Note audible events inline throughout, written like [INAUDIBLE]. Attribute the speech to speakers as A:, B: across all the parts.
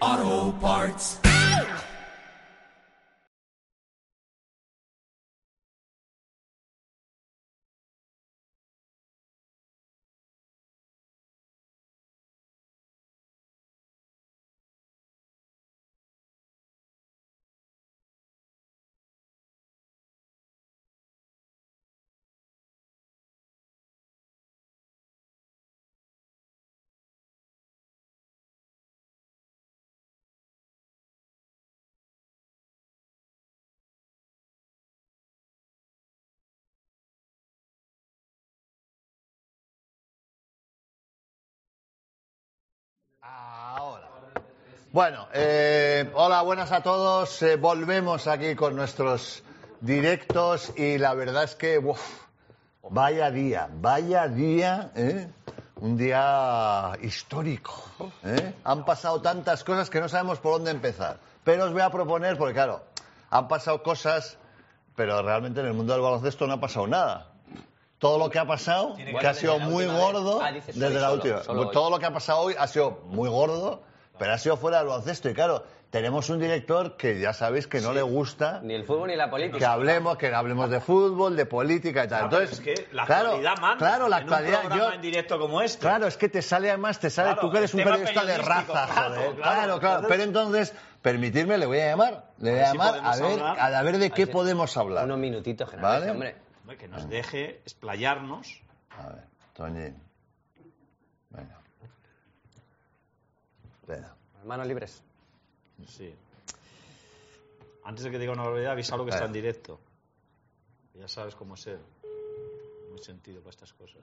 A: Auto parts.
B: Ahora. Bueno, eh, hola, buenas a todos. Eh, volvemos aquí con nuestros directos y la verdad es que, uf, vaya día, vaya día, ¿eh? un día histórico. ¿eh? Han pasado tantas cosas que no sabemos por dónde empezar. Pero os voy a proponer, porque claro, han pasado cosas, pero realmente en el mundo del baloncesto no ha pasado nada. Todo lo que ha pasado, que ha sido muy gordo
C: Ah, dices hoy
B: desde la
C: solo,
B: última.
C: solo hoy.
B: Todo lo que ha pasado hoy ha sido muy gordo, pero ha sido fuera del baloncesto. Y claro, tenemos un director que ya sabéis que no le gusta
C: Ni el fútbol ni la política.
B: que hablemos, que hablemos de fútbol, de política y tal.
D: Ah, pero
B: Entonces,
D: es que la
B: claro,
D: actualidad manda.
B: Claro, la
D: En un
B: actualidad.
D: programa
B: yo-
D: en directo como este.
B: Claro, es que te sale además, te sale
D: Claro,
B: tú que eres
D: el
B: un
D: tema
B: periodista de
D: periodístico,
B: raza,
D: claro,
B: joder. Claro,
D: claro,
B: claro.
D: entonces-
B: Pero entonces, permitidme, le voy a llamar. Le voy a,
D: A ver si
B: llamar a
D: podemos
B: ver,
D: hablar.
B: a ver de qué
C: Hay que-
B: podemos hablar.
C: Unos minutitos, que no
B: ¿Vale?
C: hace, hombre.
D: Hombre, Que nos deje explayarnos.
B: A ver, Toñi. Venga. Espera.
C: Manos libres.
D: Sí. Antes de que diga una barbaridad, avisalo que está en directo. Ya sabes cómo es él. Muy sentido para estas cosas.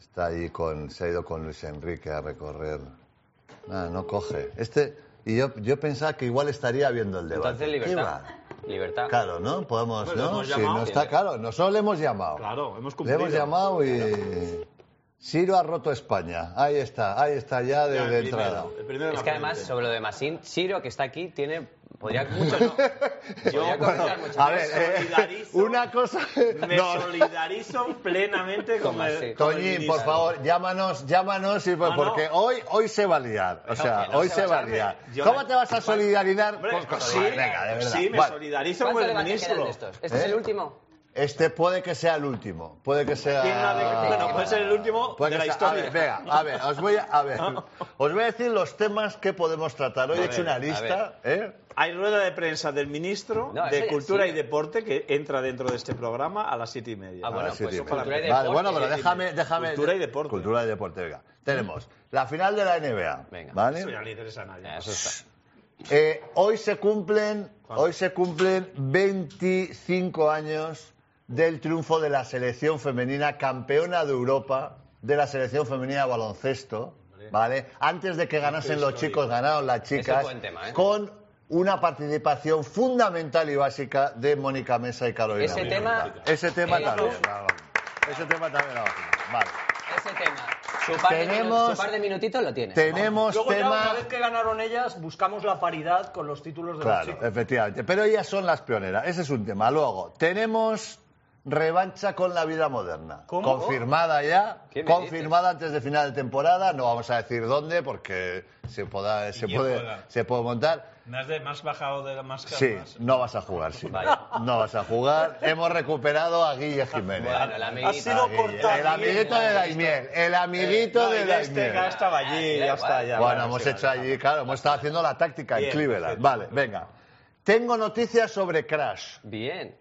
B: Está ahí con, se ha ido con Luis Enrique a recorrer. Nada, no coge. Este, y yo, yo pensaba que igual estaría viendo el debate.
C: Entonces, libertad.
B: ¿Qué va?
C: Libertad.
B: Claro, ¿no? Podemos,
D: Bueno,
B: ¿no?
D: hemos
B: Si
D: llamado.
B: no está claro, nosotros le hemos llamado.
D: Claro, hemos
B: le
D: cumplido.
B: hemos llamado y. Ciro ha roto España. Ahí está, ahí está ya
D: Ya,
B: de,
D: el
B: de
D: primero,
B: entrada.
D: el primero de
C: Es
D: la
C: que además,
D: frente.
C: sobre lo de Masín, Chiro, que está aquí, tiene...
B: [LAUGHS]
C: Podría mucho, ¿no? Podría
B: Bueno,
C: comentar mucho.
B: a ver, eh, [LAUGHS]
D: solidarizo.
B: una cosa.
D: Me
B: No,
D: solidarizo plenamente con,
C: Toma,
D: el-
C: sí.
D: con el
B: Toñín,
D: ministro.
B: por favor, llámanos, llámanos, y- pues
D: No,
B: porque
D: no.
B: hoy hoy se va a liar. O sea,
C: que no
B: hoy
C: se
B: se
C: va
B: va
C: a
B: a
C: liar.
B: liar.
D: Yo-
B: ¿Cómo te vas a solidarizar?
D: Hombre,
B: con- con-
D: sí,
B: vale, venga, de verdad.
D: sí, me
B: Vale.
D: solidarizo
C: ¿Cuántos
D: con el
C: debates quedan
D: ministro.
C: de estos? ¿Este es
B: ¿Eh?
C: el último?
B: Este puede que sea el último. Puede que sea.
D: ¿Quién la de- Bueno, puede ser el último
B: Puede
D: de la
B: que sea-
D: historia.
B: A ver, venga, a ver, os voy a, a ver, os voy a decir los temas que podemos tratar. Hoy he hecho
C: ver,
B: una
C: a
B: lista, ¿eh?
D: Hay rueda de prensa del ministro
C: No, eso
D: de
C: ya
D: Cultura
C: sí.
D: y Deporte que entra dentro de este programa a las siete y media.
C: Ah,
B: Ahora
C: bueno, pues
B: sí, dime.
C: cultura y
B: vale,
C: deporte,
B: bueno, pero
C: sí,
B: déjame,
C: dime.
B: déjame.
D: Cultura y deporte.
B: Cultura y deporte, venga. Tenemos la final de la NBA.
C: Venga.
B: ¿vale?
D: Eso ya no le interesa a nadie.
C: Eso está.
B: Eh, hoy se cumplen,
D: ¿Cuándo?
B: hoy se cumplen 25 años del triunfo de la selección femenina campeona de Europa, de la selección femenina de baloncesto, ¿vale? Antes de que ganasen los chicos, ganaron las chicas
C: buen tema, ¿eh?
B: con una participación fundamental y básica de Mónica Mesa y Carolina.
C: Ese
B: Muñoz.
C: tema-
B: ese tema
C: Eh,
B: también. la- Ese tema también. la- Vale.
C: Ese tema. Su par, de,
B: Tenemos-
C: minutos, su par de minutitos lo tiene.
B: Tenemos
E: Luego ya,
B: tema
E: una vez que ganaron ellas, buscamos la paridad con los títulos de
B: Claro,
E: los chicos.
B: efectivamente. Pero ellas son las pioneras. Ese es un tema. Luego, tenemos revancha con la vida moderna.
E: ¿Cómo?
B: Confirmada ya.
C: ¿Qué me
B: Confirmada antes de final de temporada. No vamos a decir dónde porque se, poda- se,
D: quién
B: puede,
D: juega?
B: se puede montar.
D: Me has, de- me has bajado de la máscara.
B: Sí,
D: más.
B: no vas a jugar, sí.
C: Vaya.
B: No vas a jugar. Hemos recuperado a Guille Jiménez.
C: Bueno, la amiguita.
D: Ha sido
B: Guille,
D: cortado.
B: el amiguito de Daimiel. El amiguito
D: No, y
B: de
D: de este
B: Daimiel.
D: ya estaba
C: Ah,
D: allí,
C: ya
D: ya
C: igual.
D: está. Ya,
B: Bueno,
D: sí,
B: hemos
D: vale.
B: hecho allí, claro, hemos estado haciendo la táctica en
D: Bien,
B: Cleveland.
D: perfecto.
B: Vale, venga. Tengo noticias sobre Crash.
C: Bien.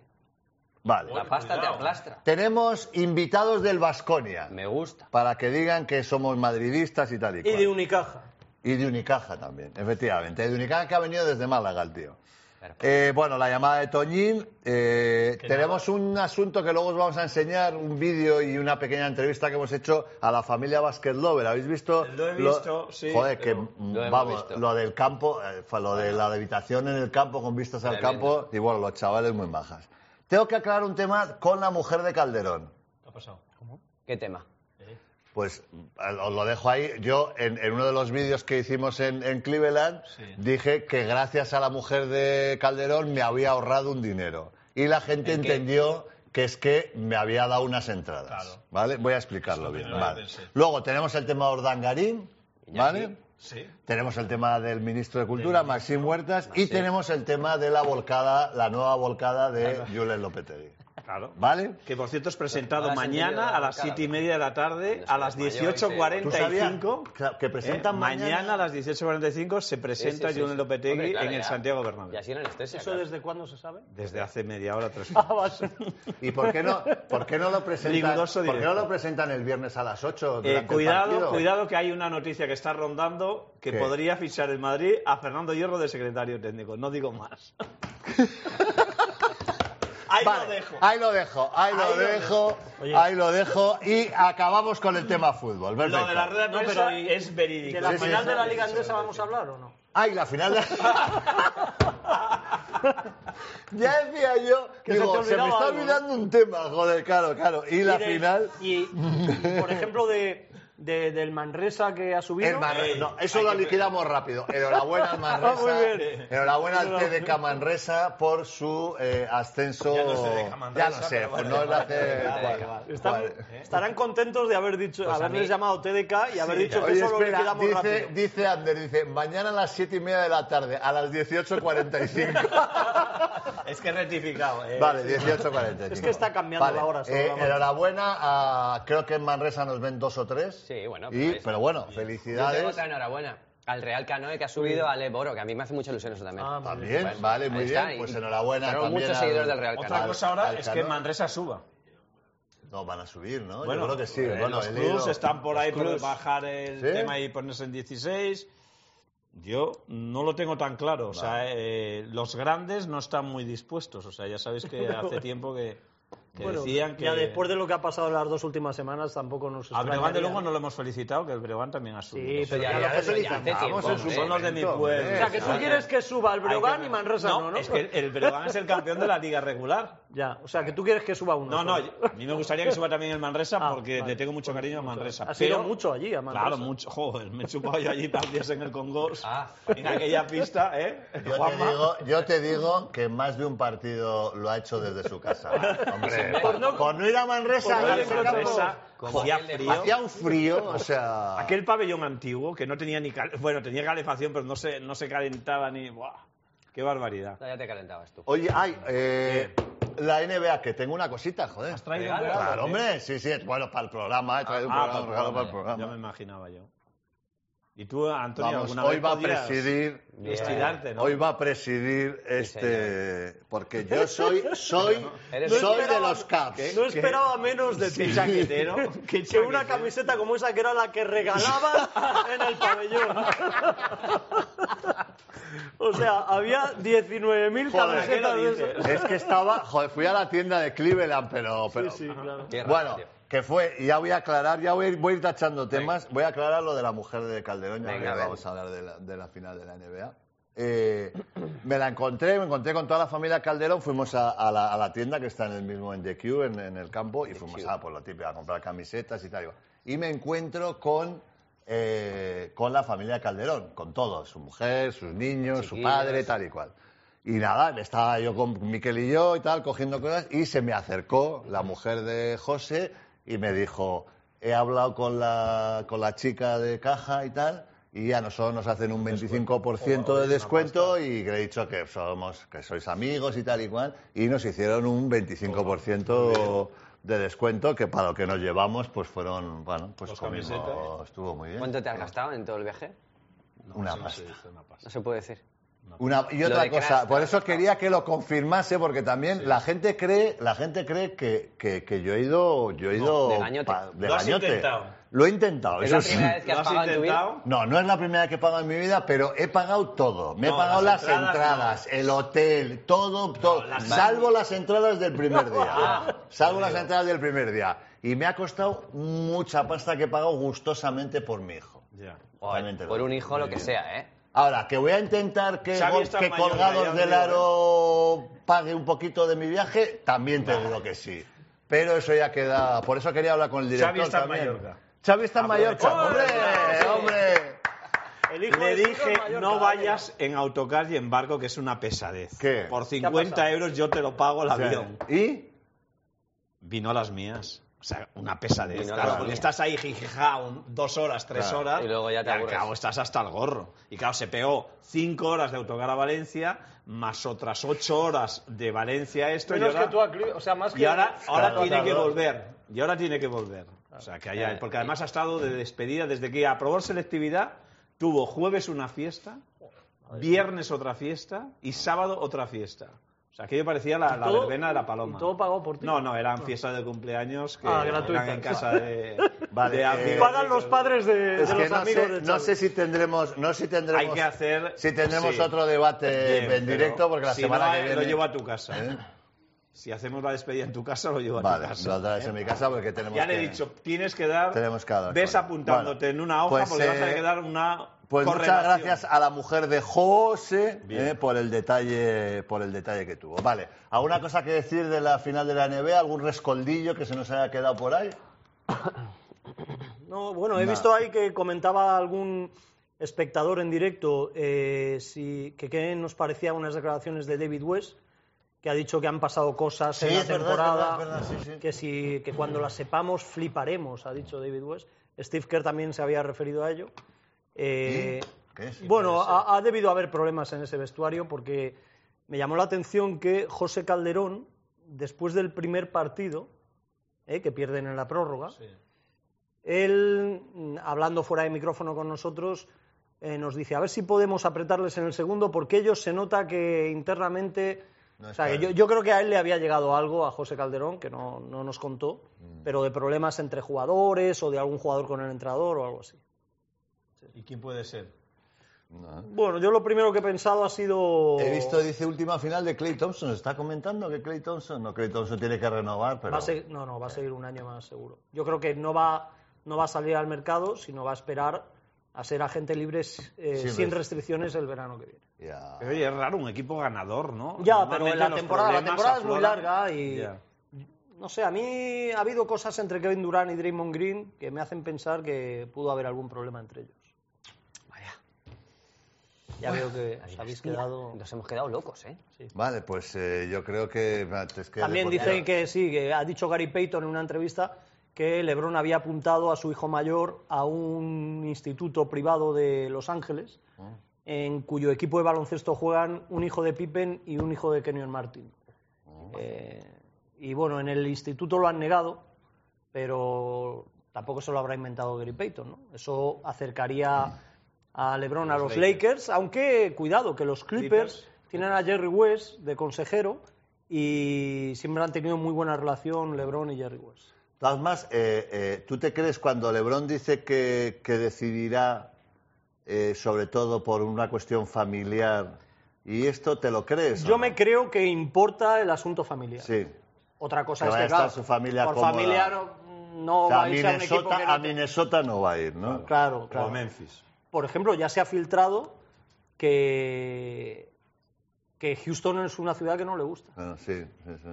B: Vale.
C: La pasta te
D: cuidado.
C: aplastra.
B: Tenemos invitados del Vasconia
C: Me gusta.
B: para que digan que somos madridistas y tal y
E: Y
B: cual.
E: de Unicaja.
B: Y de Unicaja también, efectivamente. De Unicaja que ha venido desde Málaga el tío. Eh, bueno, la llamada de Toñín. eh, tenemos un asunto que luego os vamos a enseñar, un vídeo y una pequeña entrevista que hemos hecho a la familia Basket Lover. ¿Habéis visto?
D: Lo he visto, sí,
B: Joder, que
D: pero-
B: mm,
C: Lo hemos
B: vamos,
C: visto.
B: lo del campo, eh, fue lo de la habitación en el campo con vistas al
C: Tremendo.
B: campo y bueno, los chavales muy majas. Tengo que aclarar un tema con la mujer de Calderón.
D: ¿Qué ha pasado?
C: ¿Qué tema?
B: Pues eh, os lo dejo ahí. Yo, en, en uno de los vídeos que hicimos en, en Cleveland,
D: Sí.
B: dije que gracias a la mujer de Calderón me había ahorrado un dinero. Y la gente
C: ¿El qué?
B: entendió que es que me había dado unas entradas.
D: Claro.
B: ¿Vale? Voy a explicarlo
D: Eso
B: bien.
D: me lo
B: vale.
D: pensé.
B: Luego tenemos el tema de Ordangarín, ¿vale?
D: Sí.
B: Tenemos el tema del ministro de Cultura, Maxim Huertas, y tenemos el tema de la volcada, la nueva volcada de Julen Lopetegui.
D: Claro.
B: ¿Vale?
D: Que por cierto es presentado
C: Ahora se me dio
D: mañana
C: la
D: a las
C: cara,
D: 7 y media de la tarde,
C: Los
D: a las
C: mayores,
B: ¿Tú sabías
D: 18.45.
B: que- que presentan
D: ¿eh?
B: mañana?
D: a las 18.45 se
C: Sí,
D: presenta
C: sí, sí,
D: Julen
C: sí.
D: Lopetegui
C: Hombre, claro,
D: en el
C: ya.
D: Santiago Bernabéu.
C: Y así Ah, en anestesia.
E: ¿Eso
C: claro.
E: desde cuándo se sabe?
D: Desde hace media hora, tres
B: ¿Y por qué no, por qué no lo presentan?
D: Riguroso
B: ¿Por qué no
D: directo.
B: lo presentan el viernes a las 8 Pues
D: Eh,
B: durante el partido?
D: cuidado, cuidado que hay una noticia que está rondando que
B: ¿Qué?
D: podría fichar el Madrid a Fernando Hierro de secretario técnico. No
B: [LAUGHS]
D: digo más. Ahí
B: Vale,
D: lo dejo.
B: Ahí lo dejo, ahí lo
D: Ahí lo
B: dejo,
E: Oye.
B: ahí lo dejo y acabamos con el tema fútbol.
D: Lo de la
B: Perfecto.
D: rueda de
E: No,
D: prensa
E: pero y-
D: es verídico.
E: ¿De la
B: Sí, sí,
E: final
B: sí.
E: de la Liga Andesa vamos a hablar o no?
B: Ay, la final
D: [LAUGHS]
B: de... Ya decía yo,
E: Que se
B: digo,
E: te
B: se, me
E: olvidaba
B: está
E: algo, ¿no?
B: olvidando un tema, joder, claro, claro. Y la
E: de-
B: final...
E: Y, por ejemplo, de, de- del Manresa que ha subido.
B: El Manre-
D: Ey,
B: no, eso
D: eh, hay
B: lo
D: que- Ah,
B: liquidamos rápido.
D: [LAUGHS]
B: Enhorabuena al
E: Muy
B: Manresa.
E: bien.
B: Enhorabuena al
E: Enhorabuena.
B: TDK Manresa por su eh, ascenso.
D: Ya no es TDK
B: Ya
D: Manresa,
B: no sé,
D: pero
B: pues
D: vale,
B: no es la
D: vale,
B: TDK.
D: vale, eh,
B: Vale,
D: vale.
E: Están-
B: vale. Pues
E: Estarán contentos de haber dicho,
C: a
E: haberles
C: mí-
E: llamado TDK y haber dicho que
B: Oye,
E: eso lo
B: espera,
E: liquidamos
B: dice,
E: rápido.
B: dice Ander, dice, mañana a las 7 y media de la tarde, a las
D: [LAUGHS]
B: 18.45.
D: Es que he rectificado. eh.
B: vale, 18.45.
E: Es que está cambiando
B: Vale,
E: la hora, solo
B: eh,
E: la hora.
B: enhorabuena, a- creo que en Manresa nos ven dos o tres.
C: Sí, bueno,
B: Y-
C: pero es-
B: pero bueno,
C: Yo tengo
B: felicidades.
C: otra enhorabuena. Al Real Canoe que ha subido a Leboro, que a mí me hace mucha ilusión eso también.
E: Ah, muy
B: También,
C: Bueno,
B: vale,
C: ahí
B: muy
C: está,
B: bien.
C: y-
B: Pues enhorabuena.
C: tenemos
B: también
C: muchos
B: al-
C: seguidores del Real
D: Otra
C: Canal.
D: cosa ahora
B: al
D: es que
B: Canal.
D: Manresa suba.
B: No, van a subir, ¿no?
D: Bueno,
B: Yo creo que sí.
D: eh,
B: bueno,
D: los
B: he
D: clubs
B: leído-
D: están por
B: los
D: ahí por
B: clubs.
D: bajar el
B: ¿Sí?
D: tema y ponerse en 16. Yo no lo tengo tan claro. O sea, eh, los grandes no están muy dispuestos. O sea, ya sabéis que hace tiempo que, que
E: Bueno,
D: decían que.
E: Ya después de lo que ha pasado en las dos últimas semanas, tampoco nos
D: Al Breogán de
E: extrañaría.
D: Lugo no lo hemos felicitado, que el Breogán también ha subido.
E: Sí, pero
C: ya-
E: ya lo
C: ya lo
E: felicitamos.
C: felicitamos. hace tiempo,
B: Vamos en su
D: hombre.
B: momento,
D: Son los de mi pueblo.
B: hombre.
E: O sea, que tú
D: Exacto.
E: quieres que suba el
D: Hay que-
E: Breogán y Manresa no, ¿no?
D: Es que el Breogán es el campeón de la liga regular.
E: Ya, o sea, que tú quieres que suba uno.
D: No, no,
E: solo.
D: yo- a mí me gustaría que suba también el Manresa
E: Ah,
D: porque
E: vale.
D: le tengo mucho cariño a Manresa.
E: Has ido mucho allí, a Manresa.
D: Claro, mucho. Joder, me he chupado yo allí días en el Congo.
C: Ah.
D: En aquella pista, ¿eh?
B: Yo te,
D: Juanma.
B: digo, yo te digo que más de un partido lo ha hecho desde su casa. Hombre, por, por no ir a Manresa,
E: por no
B: a
E: ir a
B: ese
E: Manresa,
B: campo,
D: con
B: joder,
D: día frío.
B: hacía un frío, o sea...
D: Aquel pabellón antiguo que no tenía ni cal- bueno, tenía calefacción, pero no se, no se calentaba ni. ¡Buah! ¡Qué barbaridad!
C: No, ya te calentabas tú.
B: Oye, ay, eh, la NBA, que tengo una cosita, joder.
D: traído un
B: Claro,
D: regalo,
B: Claro,
D: ¿eh?
B: hombre, sí, sí, es bueno para el programa, he traído un,
D: Ah,
B: programa,
D: para el
B: un regalo para el
D: programa, Ya ya me
B: programa. ¿eh?
D: imaginaba yo. ¿Y tú, Antonio,
B: Vamos,
D: alguna
B: hoy
D: vez
B: va a
D: podías
B: presidir...
D: estirarte, ¿no?
B: Hoy va a presidir este, porque yo soy soy
C: Eres
B: soy
E: esperaba-
B: de los Caps.
E: No esperaba menos de ti.
D: Qué chaquetero, qué
E: Que una
D: chaquetero.
E: camiseta como esa que era la que regalabas
B: [LAUGHS]
E: en el pabellón. [LAUGHS] o sea, había 19.000
B: Joder, ¿qué
E: camisetas
D: lo
E: de
D: dices?
E: esas.
B: Es que estaba, joder, fui a la tienda de Cleveland, pero, pero
E: Sí, sí, claro.
C: Qué raro,
B: bueno,
C: tío.
B: que fue, y ya voy a aclarar, ya voy, a ir- voy a ir tachando temas, voy a aclarar lo de la mujer de Calderón, ya
C: Venga,
B: que
C: a ver.
B: vamos a hablar de la, de la final de la NBA. Eh, me la encontré, me encontré con toda la familia Calderón, fuimos a, a la, a la tienda que está en el mismo en DQ, en, en el campo, y fuimos ah, a por lo típico, a comprar camisetas y tal. y cual. Y me encuentro con, eh, con la familia Calderón, con todos, su mujer, sus niños, su
C: Chiquillos.
B: padre, tal y cual. Y nada, estaba yo con Miquel y yo y tal, cogiendo cosas, y se me acercó la mujer de José y me dijo, he hablado con la, con la chica de caja y tal, y a nosotros nos hacen un 25% de descuento y le he dicho que somos, que sois amigos y tal y cual, y nos hicieron un 25% de descuento, que para lo que nos llevamos, pues fueron, bueno, pues
D: Dos
B: comimos,
D: camisetas.
B: estuvo muy bien.
C: ¿Cuánto te has gastado en todo el viaje?
B: Una pasta.
C: No se puede decir.
B: Una- y otra
C: de Crash,
B: cosa, por
C: claro,
B: eso
C: claro.
B: quería que lo confirmase, porque también la gente cree, la gente cree que, que- que yo he ido, yo he ido
C: de gañote.
B: de
D: Lo has
B: gañote.
D: intentado.
B: Lo he intentado,
C: Es
B: eso
C: la
B: pues sí.
C: primera vez que
D: ¿Lo
C: has
D: has
C: pagado en tu vida.
D: intentado?
B: No, no es la primera vez que pago en mi vida, pero he pagado todo. Me he
D: No,
B: pagado las
D: las
B: entradas,
D: entradas,
B: el hotel, todo, todo.
D: las- Ah,
B: salvo las entradas del primer día. salvo las entradas del primer día. Y me ha costado mucha pasta que he pagado gustosamente por mi hijo.
D: Ya.
B: Totalmente
C: Por
B: loco.
C: un hijo, lo que sea, ¿eh?
B: Ahora, que voy a intentar que,
D: Xavi
B: gol-
D: está
B: que
D: mayor, ya
B: Colgados
D: os
B: del
D: digo, ¿eh?
B: Aro pague un poquito de mi viaje, también te digo que sí. Pero eso ya queda... Por eso quería hablar con el director
D: Xavi está en
B: también.
D: Mallorca.
B: Xavi está en Mallorca. ¡Hombre!
D: Aprovecha.
B: ¡Hombre!
D: El hijo Le dije, no vayas en autocar y en barco, que es una pesadez.
B: ¿Qué?
D: Por
E: ha
D: 50 euros yo te lo pago el avión.
B: ¿Y?
D: Vino a las mías. O sea, una pesadez.
C: Vino a
D: Claro,
C: las
D: porque
C: mías.
D: estás ahí, jijijaja, un- dos horas, tres
B: Claro.
D: horas.
C: Y luego ya te
D: al
C: aburres.
D: cabo estás hasta el gorro. Y claro, se pegó cinco horas de autocar a Valencia, más otras ocho horas de Valencia a esto. y
E: Menos
D: ahora-
E: que tú, Acri- o sea, más que...
D: Y ahora, ahora
B: Claro,
D: tiene que
B: claro.
D: volver. Y ahora tiene que volver. O sea, que
E: Eh,
D: haya- porque además ha estado de despedida desde que aprobó selectividad. Tuvo jueves una fiesta, viernes otra fiesta y sábado otra fiesta. O sea, aquello parecía la, la
E: todo-
D: verbena de la paloma.
E: y todo pagado por ti.
D: No, no, eran fiestas de cumpleaños que
E: Ah, gratuitas.
D: eran en casa
E: [LAUGHS]
D: de,
B: Vale,
D: de
B: eh,
D: amigos.
E: Pagan los padres de, de
B: Es que
E: los
B: no
E: amigos
B: sé,
E: de
B: no
E: Xavi.
B: sé si tendremos, no sé si tendremos,
D: Hay que hacer-
B: si tendremos
D: sí.
B: otro debate
D: Bien,
B: en
D: pero
B: directo porque la
D: si
B: semana
D: no,
B: que
D: eh,
B: viene
D: Lo llevo a tu casa.
B: ¿Eh?
D: Si hacemos la despedida en tu casa, lo llevo a
B: Vale,
D: tu casa.
B: lo traes en mi casa porque tenemos
D: Ya le he
B: que-
D: dicho, tienes que dar.
B: Tenemos que dar,
D: Ves
B: claro.
D: apuntándote
B: Bueno,
D: en una hoja
B: pues,
D: porque vas
B: eh,
D: a quedar una.
B: Pues muchas
D: correlación.
B: gracias a la mujer de José
D: Bien.
B: eh, por el detalle por el detalle que tuvo. Vale, ¿alguna cosa que decir de la final de la NBA? ¿Algún rescoldillo que se nos haya quedado por ahí?
F: No, bueno, he
B: Nada.
F: visto ahí que comentaba algún espectador en directo eh, si, que qué nos parecía unas declaraciones de David West, que ha dicho que han pasado cosas
B: Sí,
F: en la
B: es verdad, es
F: temporada,
B: verdad, es verdad, sí, sí.
F: que si que cuando las sepamos fliparemos, ha dicho David West. Steve Kerr también se había referido a ello. Eh,
B: ¿Y? ¿Qué es?
F: bueno, ha, ha debido haber problemas en ese vestuario porque me llamó la atención que José Calderón, después del primer partido, eh, que pierden en la prórroga, él, mm, hablando fuera de micrófono con nosotros, eh, nos dice, a ver si podemos apretarles en el segundo, porque ellos se nota que internamente...
B: No
F: o sea, que
B: están.
F: yo, yo creo que a él le había llegado algo, a José Calderón, que no, no nos contó,
B: Mm.
F: pero de problemas entre jugadores o de algún jugador con el entrenador o algo así.
D: ¿Y quién puede ser?
F: Bueno, yo lo primero que he pensado ha sido...
B: Ah. He visto, dice, última final de Clay Thompson. ¿Está comentando que Clay Thompson? No, Clay Thompson tiene que renovar, pero...
F: Va a se- no, no, va a seguir un año más seguro. Yo creo que no va, no va a salir al mercado, sino va a esperar a ser agente libre eh,
B: Sin
F: sin
B: rest-
F: restricciones el verano que viene.
B: Ya.
D: Pero oye, es raro un equipo ganador, ¿no?
F: Ya,
D: Normalmente
F: pero en la
D: los
F: temporada, la
D: problemas
F: temporada es muy
D: afloran.
F: larga y
D: Ya.
F: no sé, a mí ha habido cosas entre Kevin Durant y Draymond Green que me hacen pensar que pudo haber algún problema entre ellos. Vaya. Ya veo que os habéis quedado.
C: Nos hemos quedado locos, ¿eh?
B: Vale, pues eh, yo creo que... es que
F: También
B: deportiva-
F: dicen que sí, que ha dicho Gary Payton en una entrevista que LeBron había apuntado a su hijo mayor a un instituto privado de Los Ángeles en cuyo equipo de baloncesto juegan un hijo de Pippen y un hijo de Kenyon Martin. Eh, y bueno, en el instituto lo han negado, pero tampoco se lo habrá inventado Gary Payton, ¿no? Eso acercaría a LeBron a los Lakers, aunque cuidado, que los Clippers, tienen a Jerry West de consejero y siempre han tenido muy buena relación LeBron y Jerry West.
B: Todas más, eh, eh, ¿tú te crees cuando LeBron dice que, que decidirá eh, sobre todo por una cuestión familiar y esto te lo crees? o
F: Yo
B: no?
F: me creo que importa el asunto familiar.
B: Sí.
F: Otra cosa
B: Que
F: es
B: vaya
F: que
B: a estar
F: claro,
B: su familia
F: por
B: cómoda.
F: familiar no
B: O sea,
F: va
B: a,
F: a irse a un equipo
B: Minnesota,
F: que no
B: a
F: te-
B: Minnesota no va a ir, ¿no?
F: Claro,
D: O
F: claro.
D: Memphis.
F: Por ejemplo, ya se ha filtrado que que Houston es una ciudad que no le gusta.
B: Ah, sí, sí, sí.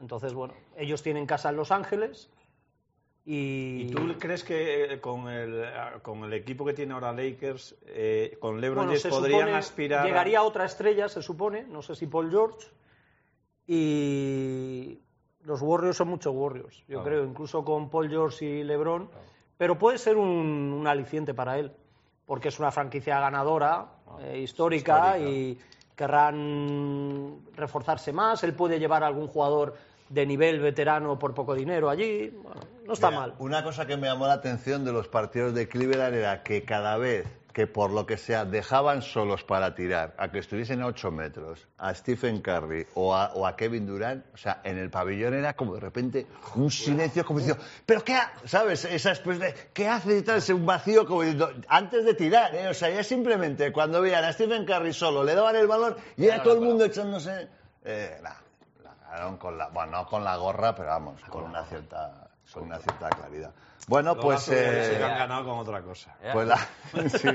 F: Entonces, bueno, ellos tienen casa en Los Ángeles y,
D: ¿Y tú crees que eh, con el, ah, con el equipo que tiene ahora Lakers, eh, con LeBron
F: bueno,
D: James,
F: se
D: podrían
F: supone-
D: aspirar. a-
F: Llegaría otra estrella, se supone, no sé si Paul George. Y los Warriors son muchos Warriors, yo creo, incluso con Paul George y LeBron. Pero puede ser un, un aliciente para él, porque es una franquicia ganadora,
D: Ah,
F: eh, histórica, y querrán reforzarse más. Él puede llevar a algún jugador de nivel veterano por poco dinero allí. Bueno, no está
B: Mira,
F: mal.
B: Una cosa que me llamó la atención de los partidos de Cleveland era que cada vez que por lo que sea dejaban solos para tirar a que estuviesen a 8 metros a Stephen Curry o a, o a Kevin Durant, o sea, en el pabellón era como de repente un silencio como diciendo, pero ¿qué ha-?" ¿Sabes? Esa especie de, ¿qué hace y tal? Es un vacío como diciendo, antes de tirar, ¿eh? O sea, ya simplemente cuando veían a Stephen Curry solo, le daban el balón y era todo el mundo echándose... Eh, nah, la ganaron con la, bueno, no con la gorra, pero vamos, con una cierta, con una cierta claridad. Bueno, pues... eh,
D: que han ganado con otra cosa.
F: eh,
B: pues
D: [LAUGHS]
B: la- sí,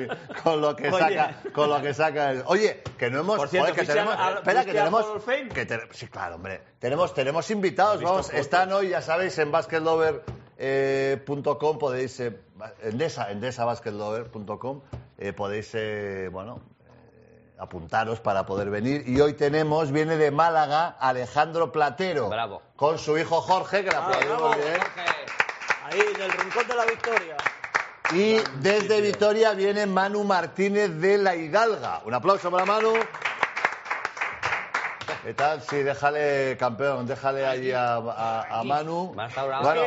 B: con lo que
D: Oye.
B: saca, con lo que saca. el- Oye, que no hemos,
D: Por cierto,
B: joder, que
D: ¿fuiste
B: tenemos, eh,
D: a- a-
B: espera que
D: fuiste a
B: tenemos,
D: Hall of Fame?
B: que te- sí, claro, hombre, tenemos, tenemos invitados, vamos, están hoy, ya sabéis, en basketlover.com podéis, eh, ba- endesa, endesabasketlover.com eh, podéis, eh, bueno, eh, apuntaros para poder venir y hoy tenemos, viene de Málaga, Alejandro Platero,
C: Bravo.
B: con su hijo Jorge, que
D: Ah,
B: le aplaudimos bien.
F: Ahí, del rincón de la victoria.
B: Y desde Vitoria viene Manu Martínez de La Hidalga. Un aplauso para Manu. ¿Qué tal? Sí, déjale, campeón, déjale allí a, a- a Manu.
C: Va a estar bravo.
B: Bueno,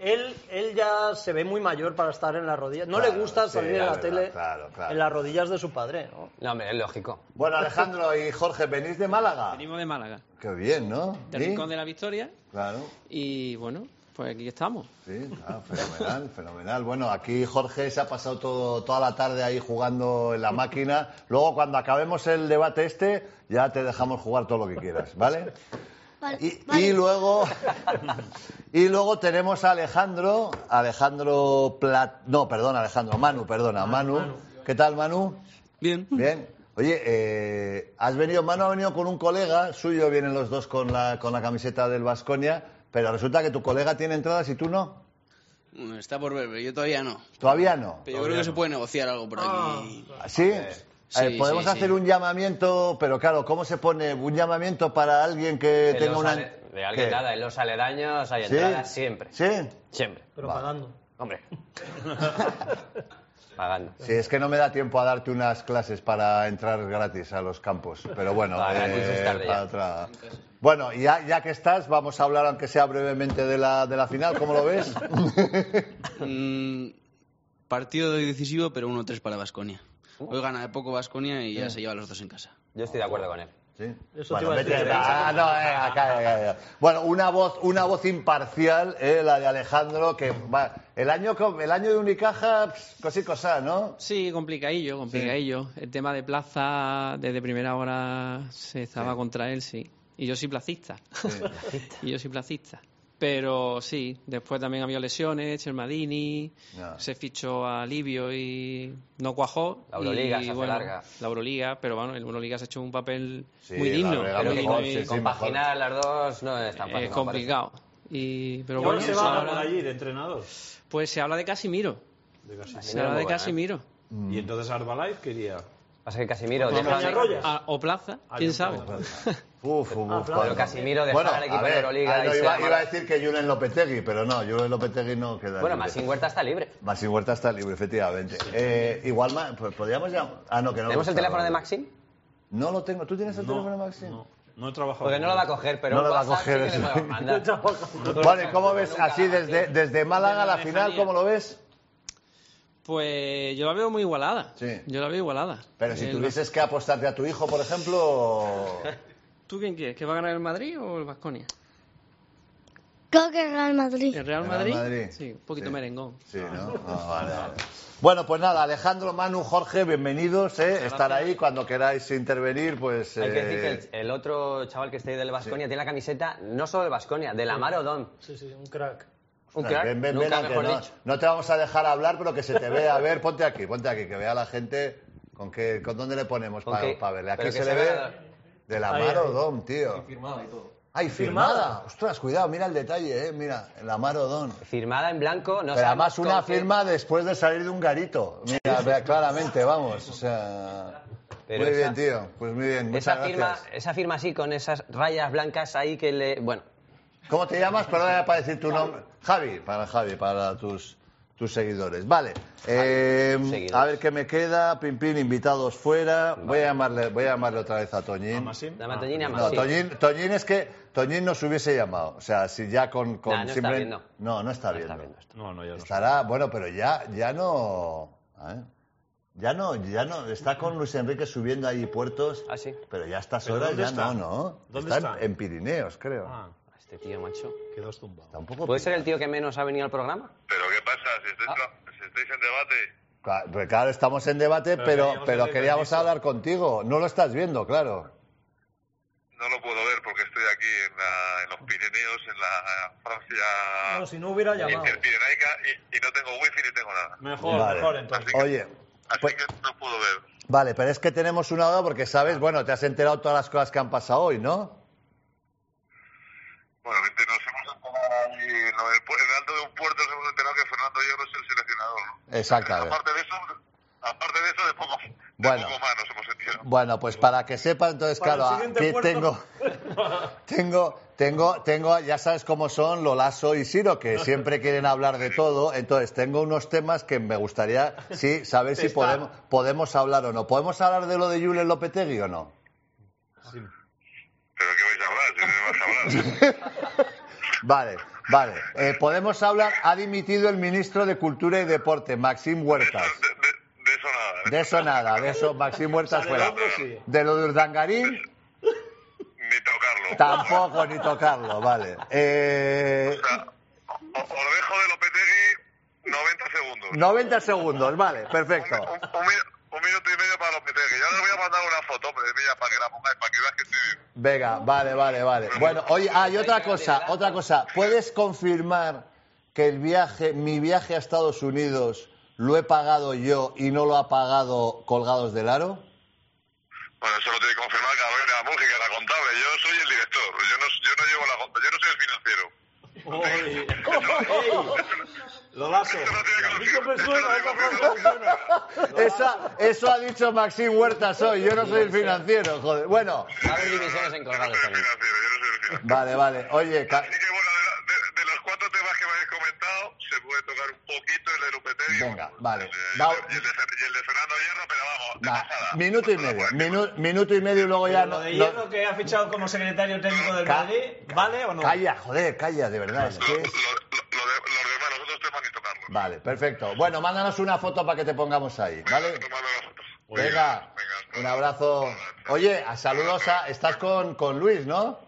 F: Él, él ya se ve muy mayor para estar en las rodillas. No
B: Claro,
F: le gusta
B: sí,
F: salir en
B: la
F: la
B: verdad,
F: tele
B: claro, claro.
F: en las rodillas de su padre, ¿no?
C: No, hombre, es lógico.
B: bueno, Alejandro y Jorge, ¿venís de Málaga?
G: Venimos de Málaga,
B: Qué bien, ¿no?
G: del
B: ¿Sí?
G: Rincón de la Victoria,
B: Claro.
G: y bueno, pues aquí estamos.
B: Sí, ah, fenomenal, [LAUGHS] fenomenal. Bueno, aquí Jorge se ha pasado todo, toda la tarde ahí jugando en la máquina. Luego, cuando acabemos el debate este, ya te dejamos jugar todo lo que quieras, ¿vale?
H: Vale,
B: Y,
H: vale.
B: y luego y luego tenemos a Alejandro, Alejandro Plat, no, perdón, Alejandro, Manu, perdona, Manu. ¿Qué tal, Manu?
G: Bien.
B: Bien. Oye, eh, has venido, Manu ha venido con un colega suyo, vienen los dos con la, con la camiseta del Vasconia, pero resulta que tu colega tiene entradas y tú no.
G: Bueno, Está por ver, pero yo todavía no.
B: Todavía no. ¿Ah,
G: Pero yo creo que se puede negociar algo por aquí.
B: ¿Sí?
G: Sí,
B: Eh, podemos
G: sí, sí.
B: hacer un llamamiento, pero claro, ¿cómo se pone un llamamiento para alguien que
C: En
B: tenga
C: los
B: una...
C: ale- De alguien
B: ¿Qué?
C: nada, en los aledaños hay
B: ¿Sí?
C: entradas siempre.
B: ¿Sí?
C: Siempre.
E: Pero
B: Vale.
F: [LAUGHS]
E: pagando.
B: [LAUGHS]
C: Hombre. Pagando.
B: Sí, es que no me da tiempo a darte unas clases para entrar gratis a los campos, pero bueno,
C: [LAUGHS]
B: eh,
C: Ah, gratis es tarde
B: para
C: ya.
B: otra- Bueno, y ya, ya que estás, vamos a hablar, aunque sea brevemente, de la, de la final, ¿cómo lo
C: [LAUGHS]
B: ves?
G: Mm, partido decisivo, pero 1-3 para Basconia. Hoy gana de poco Basconia y ya se lleva los dos en casa.
C: Yo estoy de acuerdo con él.
B: Sí.
E: Eso te
B: Bueno,
E: iba a
B: vete-
E: decir.
B: ah, no, eh, acá, acá, acá. Bueno, una voz, una voz imparcial, eh, la de Alejandro, que va- el año, co- el año de Unicaja, pss, cosí cosa, ¿no?
G: Sí, complicadillo, complicadillo. El tema de plaza, desde primera hora se estaba contra él, sí. Y yo soy placista. y yo soy placista. Pero sí, después también había lesiones, Chermadini,
B: Ya.
G: se fichó a Livio y no cuajó.
C: La Euroliga
G: y,
C: se hace
G: bueno,
C: larga.
G: La Euroliga, pero bueno, el Euroliga se ha hecho un papel
B: Sí,
G: muy
B: la
G: digno.
B: Euroliga
G: muy
C: Pero
B: mejor,
G: digno
B: sí,
G: y
B: sí, mejor. Eh,
C: compaginar las dos no es tan fácil.
G: Es
C: como parece.
G: complicado. Y, pero
D: ¿Y
G: bueno,
D: ahora se
G: eso
D: va
G: ahora-
D: por allí de entrenador?
G: pues se habla de Casimiro. Se
C: Casimiro
G: habla
C: muy
G: de
C: bueno, ¿eh?
G: Casimiro.
B: Mm.
D: Y entonces Arbalife quería...
C: Pasa que Casimiro
D: Pues
C: deja-
D: vamos a llegar- Peñarroya.
G: Ah, o Plaza, quién sabe.
B: Uf, uf, uf,
C: Pero Casimiro dejaba
B: Bueno,
C: al equipo
B: a
C: de
B: ver,
C: Euroliga
B: ah, no,
C: y se
B: iba,
C: llamaba-
B: iba a decir que Julen Lopetegui, pero no, Julen Lopetegui no queda libre.
C: Bueno, Masín Huerta está libre.
B: Maxi Huerta está libre, efectivamente. Eh, igual, ma- pues, podríamos llamar... Ah, no, que no lo
C: ¿Tenemos el
B: está,
C: teléfono de
B: vale.
C: Maxim?
B: No lo tengo. ¿Tú tienes el teléfono de Maxi?
D: No, no he trabajado.
C: Porque no
D: con
C: lo va a
D: él.
C: coger, pero
B: No
C: un
B: lo va a
C: WhatsApp sí
B: coger,
C: que le
B: eso.
C: podemos
B: [LAUGHS]
C: mandar.
B: Vale, ¿cómo ves?
C: Nunca
B: Así
C: la va a
B: desde, desde Málaga a la final, ¿cómo lo ves?
G: Pues yo la veo muy igualada.
B: Sí.
G: Yo la veo igualada. Eh,
B: Pero si
G: El-
B: tuvieses que apostarte a tu hijo, por ejemplo...
G: ¿Tú quién quieres? ¿Que va a ganar el Madrid o el Vasconia?
H: Creo que Real Madrid.
G: ¿El Real
B: Real
G: Madrid?
B: Madrid.
G: Sí, un poquito
B: Sí.
G: merengón.
B: Sí, ¿no? Ah, vale, vale. Bueno, pues nada, Alejandro, Manu, Jorge, bienvenidos, ¿eh? Estar ahí cuando queráis intervenir, pues...
C: Hay que decir
B: eh,
C: que el- el, otro chaval que está ahí del Basconia tiene la camiseta no solo del Basconia, del Amaro Odom.
E: Sí, sí, un crack.
C: Un
B: Ostras,
C: crack,
B: ven, ven,
C: nunca
B: ven, que
C: mejor
B: no,
C: dicho.
B: no te vamos a dejar hablar, pero que se te vea. A ver, ponte aquí, ponte aquí, que vea la gente con qué, con dónde le ponemos
C: Con
B: para,
C: qué-
B: para verle. Aquí
C: pero que
B: se le
C: se
B: ve
C: vea-
B: de la
E: Ahí,
B: Maro
E: ahí.
B: Odom, tío.
E: Firmada y todo.
B: Ay, firmada. Ostras, cuidado, mira el detalle, eh. Mira, la Maro Odom.
C: Firmada en blanco, no
B: Pero
C: sabemos
B: además una
C: con qué-
B: firma después de salir de un garito. Mira, vea, claramente, vamos. O sea.
C: Pero
B: muy
C: esa-
B: bien, tío. Pues muy bien, muchas
C: Esa firma,
B: gracias.
C: esa firma así, con esas rayas blancas ahí que le... Bueno,
B: ¿Cómo te llamas?
C: [LAUGHS]
B: Perdón, era para decir tu nombre. Javi, para Javi, para tus, tus seguidores. Vale. eh,
C: tus seguidores.
B: a ver qué me queda. Pimpín, invitados fuera. Voy, a llamarle, voy a llamarle otra vez a Toñín.
D: Masín.
C: la Matoñini a
B: Ah, No,
C: Masí.
B: Toñín, Toñín es que Toñín nos hubiese llamado. O sea, si ya con... con
C: Nah, no está
B: simple-
C: viendo.
B: No, no está
C: No
B: viendo.
C: está viendo esto.
D: No, no, ya no.
B: Estará, bueno, pero ya, ya no... a ver. Ya no, ya no. Está con Luis Enrique subiendo ahí puertos.
C: Ah, sí.
B: Pero ya a estas
D: ¿Pero
B: horas
D: dónde
B: ya
D: está?
B: no, ¿no?
D: ¿Dónde
B: en-
D: está?
B: En, Pirineos, creo.
D: Ah,
C: Este tío, macho.
D: quedó estumbado.
B: Está un poco...
C: ¿Puede ser el tío que menos ha venido al programa?
I: Pero ¿qué pasa? Si
B: Ah.
I: estáis, tra- si estáis en debate,
B: Ca- pero Claro, estamos en debate,
D: Pero
B: pero,
D: queríamos
B: pero
D: pedir
B: queríamos
D: permiso.
B: hablar contigo. No lo estás viendo, claro.
I: no lo puedo ver porque estoy aquí en, la- en los Pirineos, en la Francia
E: No, si no hubiera
B: Ah.
E: llamado.
I: interpirenaica y, y no tengo wifi ni tengo nada.
D: Mejor,
B: Vale.
D: mejor entonces.
B: Oye,
I: Así
B: pues-
I: que no puedo ver.
B: vale, pero es que tenemos una hora porque,
D: Ah.
B: ¿sabes? Bueno, te has enterado todas las cosas que han pasado hoy, ¿no?
I: Bueno, vente, nos hemos enterado ahí, en lo del pu- en el alto de un puerto nos hemos enterado que Fernando Hierro es el seleccionador.
B: Exactamente.
I: Aparte de eso, aparte de eso, de poco, de
B: Bueno.
I: poco más nos hemos enterado.
B: Bueno, pues para que sepan, entonces,
E: Para el
B: claro,
E: siguiente
B: aquí
E: puerto. [LAUGHS]
B: tengo, tengo, tengo, tengo, ya sabes cómo son Lolaso y Siro, que siempre quieren hablar de todo. Entonces, tengo unos temas que me gustaría, sí, saber si
D: Está.
B: podemos, podemos hablar o no. ¿Podemos hablar de lo de Julen Lopetegui o no?
I: Pero ¿qué vais a hablar? Si no vais a hablar.
B: [LAUGHS] Vale, vale. Eh, podemos hablar, ha dimitido el ministro de Cultura y Deporte, Maxim Huertas.
I: Ah, De, de- de eso nada.
B: De eso nada, de eso Maxim Huertas
D: Del
B: fuera.
D: hombro sí.
B: De lo de Urdangarín,
I: Ni tocarlo.
B: tampoco ni tocarlo, vale. Eh,
I: O sea, o- os dejo de Lopetegui 90 segundos.
B: 90 segundos, vale, perfecto.
I: Un, un- un minu- un minuto y medio para Lopetegui. Ya le voy a mandar una foto, hombre, mía, para que la pongáis, para que veas que estoy bien.
B: Venga, vale, vale, vale. Bueno, oye, hay otra cosa, otra cosa. ¿Puedes confirmar que el viaje, mi viaje a Estados Unidos lo he pagado yo y no lo ha pagado Colgados del Aro?
I: Bueno, eso lo tiene que confirmar Carolina Monge, que es la contable. Yo soy el director. Yo no, yo no llevo la conta. Yo no soy el financiero.
D: Oye. Lo lazo.
I: Esto no tiene que
D: Cinco
I: confirmar- esto
D: personas,
I: no
D: esa
I: tiene que
D: frase funciona.
B: Esa- eso ha dicho Maxim Huertas hoy, yo no soy el financiero, joder. Bueno,
C: Va a haber divisiones en
I: Yo no
C: colgados
I: soy el
C: también.
I: financiero. Yo no soy el financiero.
B: vale, vale. Oye, ca-
I: Así que bueno, de, la- de- de los cuatro temas que me habéis comentado, se puede tocar un poquito el de Lopetegui.
B: Venga, vale.
I: Eh, Y,
B: Va-
I: el de, Fer- y el de Fernando Hierro, pero vamos. de
B: va,
I: pasada.
B: minuto y medio, minu- minuto y medio y luego ya
D: Lo
B: no-
D: de
B: no-
D: Hierro que ha fichado como secretario técnico del
B: Ca-
D: Madrid, ¿vale o no?
B: Calla, joder, calla, de verdad. es
I: Lo-
B: que-
I: lo- lo- lo de- Los demás, los otros temas ni tocarlos.
B: Vale, perfecto. Bueno, mándanos una foto para que te pongamos ahí, ¿vale?
I: Tomando las fotos.
B: Venga,
I: hasta
B: un
I: luego.
B: abrazo. Oye, a saludos a... Estás con, con Luis, ¿no?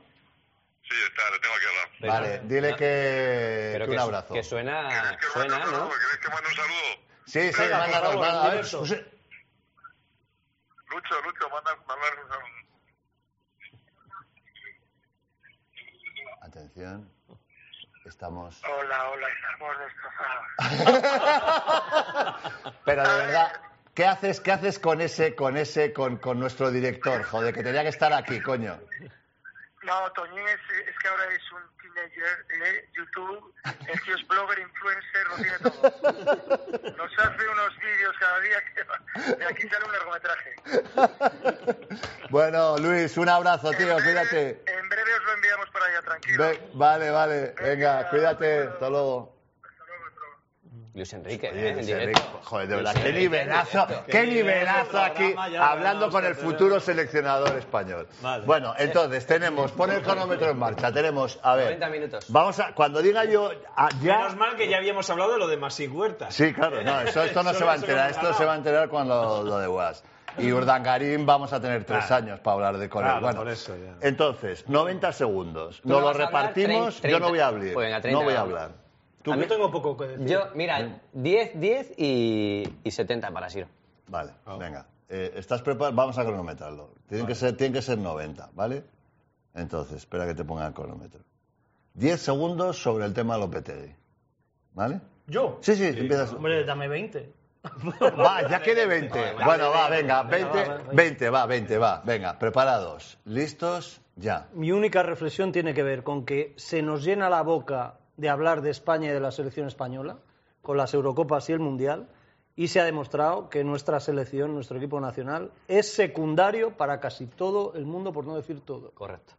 I: Sí, está, le tengo aquí al lado.
C: Pero-
B: Vale, dile
C: no,
B: que, que
C: Pero
B: un
C: su-
B: abrazo.
C: Que suena,
I: ¿Queréis que mande
C: Ah, suena,
I: un
C: ¿no?
I: saludo? ¿Queréis que mande un saludo?
B: Sí, sí,
D: Venga,
F: pues,
D: por
B: mándanos,
D: favor,
B: mándanos. A ver,
D: universo.
B: José-
I: Lucho, Lucho, manda, manda un saludo.
B: Atención, estamos...
I: Hola, hola, estamos destrozados.
B: Pero de verdad, ¿qué haces, qué haces con ese, con ese, con, con nuestro director? Joder, que tenía que estar aquí, coño.
I: No, Toñín es, es que ahora es un teenager, ¿eh? YouTube, el tío es blogger, influencer, lo tiene todo. Nos hace unos vídeos cada día que de aquí sale un largometraje.
B: Bueno, Luis, un abrazo, tío,
I: En breve-
B: cuídate.
I: En breve os lo enviamos para allá, tranquilo.
B: Ve- vale, vale, venga, cuídate, hasta luego.
C: Luis Enrique,
B: Oye,
C: ¿eh? En
B: Luis
C: directo.
B: Enrique, joder, de
C: Luis
B: verdad, qué
C: Enrique,
B: nivelazo, qué
D: Qué nivelazo
B: nivelazo aquí,
D: programa, ya
B: hablando
D: ganamos,
B: con el
D: pero-
B: futuro seleccionador español.
D: Vale.
B: Bueno, entonces tenemos, pon el cronómetro en marcha, tenemos, a ver,
C: 90 minutos.
B: vamos a, cuando diga yo, a-
D: Menos
B: ya,
D: mal que ya habíamos hablado de lo de Masí Huertas.
B: Sí, claro, no, eso, esto no
D: Eso
B: se va a
D: no se
B: enterar,
D: lo
B: esto se va a
D: ganaba.
B: enterar cuando lo de Guas. Y Urdangarín vamos a tener tres
D: Claro.
B: años para hablar de con él.
D: Claro,
B: Bueno,
D: por eso ya.
B: entonces, 90 segundos. Nos
C: vas
B: lo
C: a hablar
B: repartimos,
C: trein-
B: yo no voy a hablar.
C: treinta. Pues venga,
B: no
C: treinta,
B: voy a
C: vamos.
B: hablar.
D: Tú,
C: A mí-
D: yo tengo poco que decir.
C: Yo, mira, 10, 10 y, y 70 para Siro.
B: Vale,
D: Ah.
B: venga. Eh, ¿Estás preparado? Vamos a cronometrarlo. Tienen, que ser, tienen que ser 90, ¿vale? Entonces, espera que te ponga el cronómetro. 10 segundos sobre el tema Lopetegui. ¿Vale?
E: ¿Yo?
B: Sí, sí, empiezas.
E: Hombre, dame 20.
B: Va, ya quiere 20. Bueno, va, venga, 20, 20, va, 20, va. Venga, preparados, listos, ya.
F: Mi única reflexión tiene que ver con que se nos llena la boca de hablar de España y de la selección española, con las Eurocopas y el Mundial, y se ha demostrado que nuestra selección, nuestro equipo nacional, es secundario para casi todo el mundo, por no decir todo.
C: Correcto.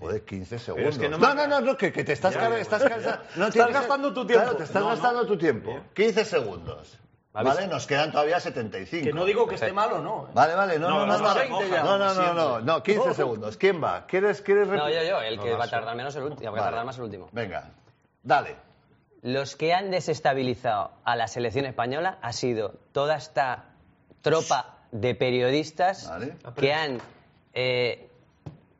B: Joder, 15
D: Pero
B: segundos.
D: es que no
B: no,
D: me-
B: no, no, no, que, que te estás,
D: Ya,
B: car-
D: ya,
B: estás
D: ya.
B: cansando. No,
F: Estás
B: tiene que ser-
F: gastando tu tiempo.
B: Claro, te estás
D: No, no.
B: gastando tu tiempo. 15 segundos.
C: Vale.
B: Vale, nos quedan todavía 75.
F: Que no digo que esté mal o no. ¿eh?
B: Vale, vale, no, no, no,
D: No, no,
B: no, no,
D: no, siempre.
B: no, no, no, no, no, 15 segundos. ¿Quién va? ¿Quieres, quieres
C: No,
B: repetir?
C: yo, yo, el que
D: vas
C: va a
D: tú.
C: tardar menos el último. Va a
B: Vale.
C: tardar más el último.
B: Venga, dale.
C: los que han desestabilizado a la selección española ha sido toda esta tropa de periodistas
B: Vale.
C: que han eh,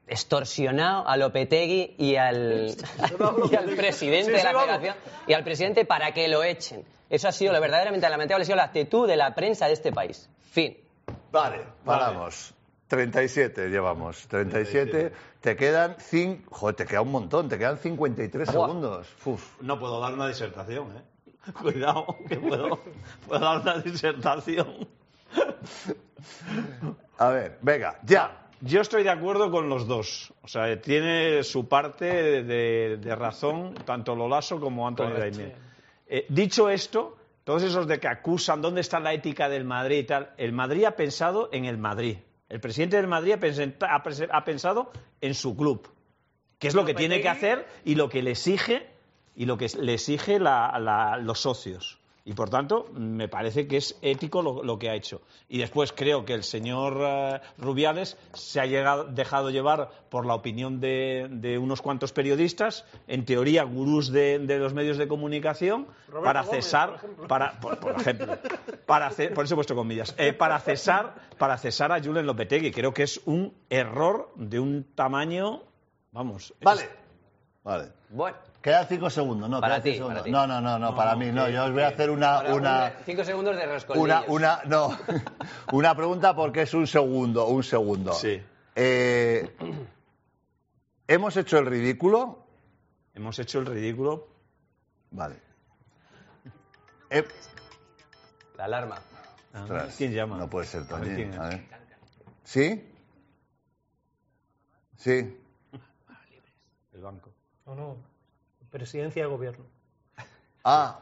C: extorsionado a Lopetegui y al, [LAUGHS] y al presidente
E: Sí,
C: de
E: sí,
C: la
E: vamos.
C: federación y al presidente para que lo echen. Eso ha sido lo verdaderamente lamentable, ha sido la actitud de la prensa de este país. Fin.
B: Vale, paramos. 37 llevamos. 37. Te quedan 5. Joder, te queda un montón. Te quedan 53 segundos. Uf.
D: No puedo dar una disertación, ¿eh? [LAUGHS] Cuidado, que puedo, puedo dar una disertación.
B: A ver, venga, ya.
D: Yo estoy de acuerdo con los dos. O sea, tiene su parte de, de razón tanto Lolaso como Antonio Daimiel. Eh, dicho esto, todos esos de que acusan dónde está la ética del Madrid y tal, el Madrid ha pensado en el Madrid. El presidente del Madrid ha pensen- ha pres- ha pensado en su club, que es lo que tiene que hacer y lo que le exige y lo que le exige la- la- los socios. Y por tanto, me parece que es ético lo, lo que ha hecho. Y después creo que el señor eh, Rubiales se ha llegado- dejado llevar por la opinión de, de unos cuantos periodistas, en teoría gurús de, de los medios de comunicación, para
E: Gómez,
D: cesar, para, por, por ejemplo, para ce- por eso he puesto comillas, eh, para cesar, para cesar a Julen Lopetegui. Creo que es un error de un tamaño, vamos. es-
B: Vale. Vale.
C: Bueno,
B: Quedan 5 segundos. No,
C: Para
B: quedan
C: ti,
B: cinco
C: para
B: segundos.
C: ti.
B: no, no, no, no, para mí no. Yo os voy a hacer
C: ahora
B: una. una...
C: cinco segundos de rascolillos.
B: Una, una, no. [LAUGHS] una pregunta porque es un segundo, un segundo.
D: Sí.
B: Eh, ¿Hemos hecho el ridículo?
D: Hemos hecho el ridículo.
B: Vale. Eh,
C: La alarma.
B: ostras,
D: ¿Quién llama?
B: No puede ser
D: A ver
B: Toñín.
D: quién
B: A ver. ¿Sí? Sí.
D: El banco.
F: No, no. Presidencia de gobierno.
B: Ah,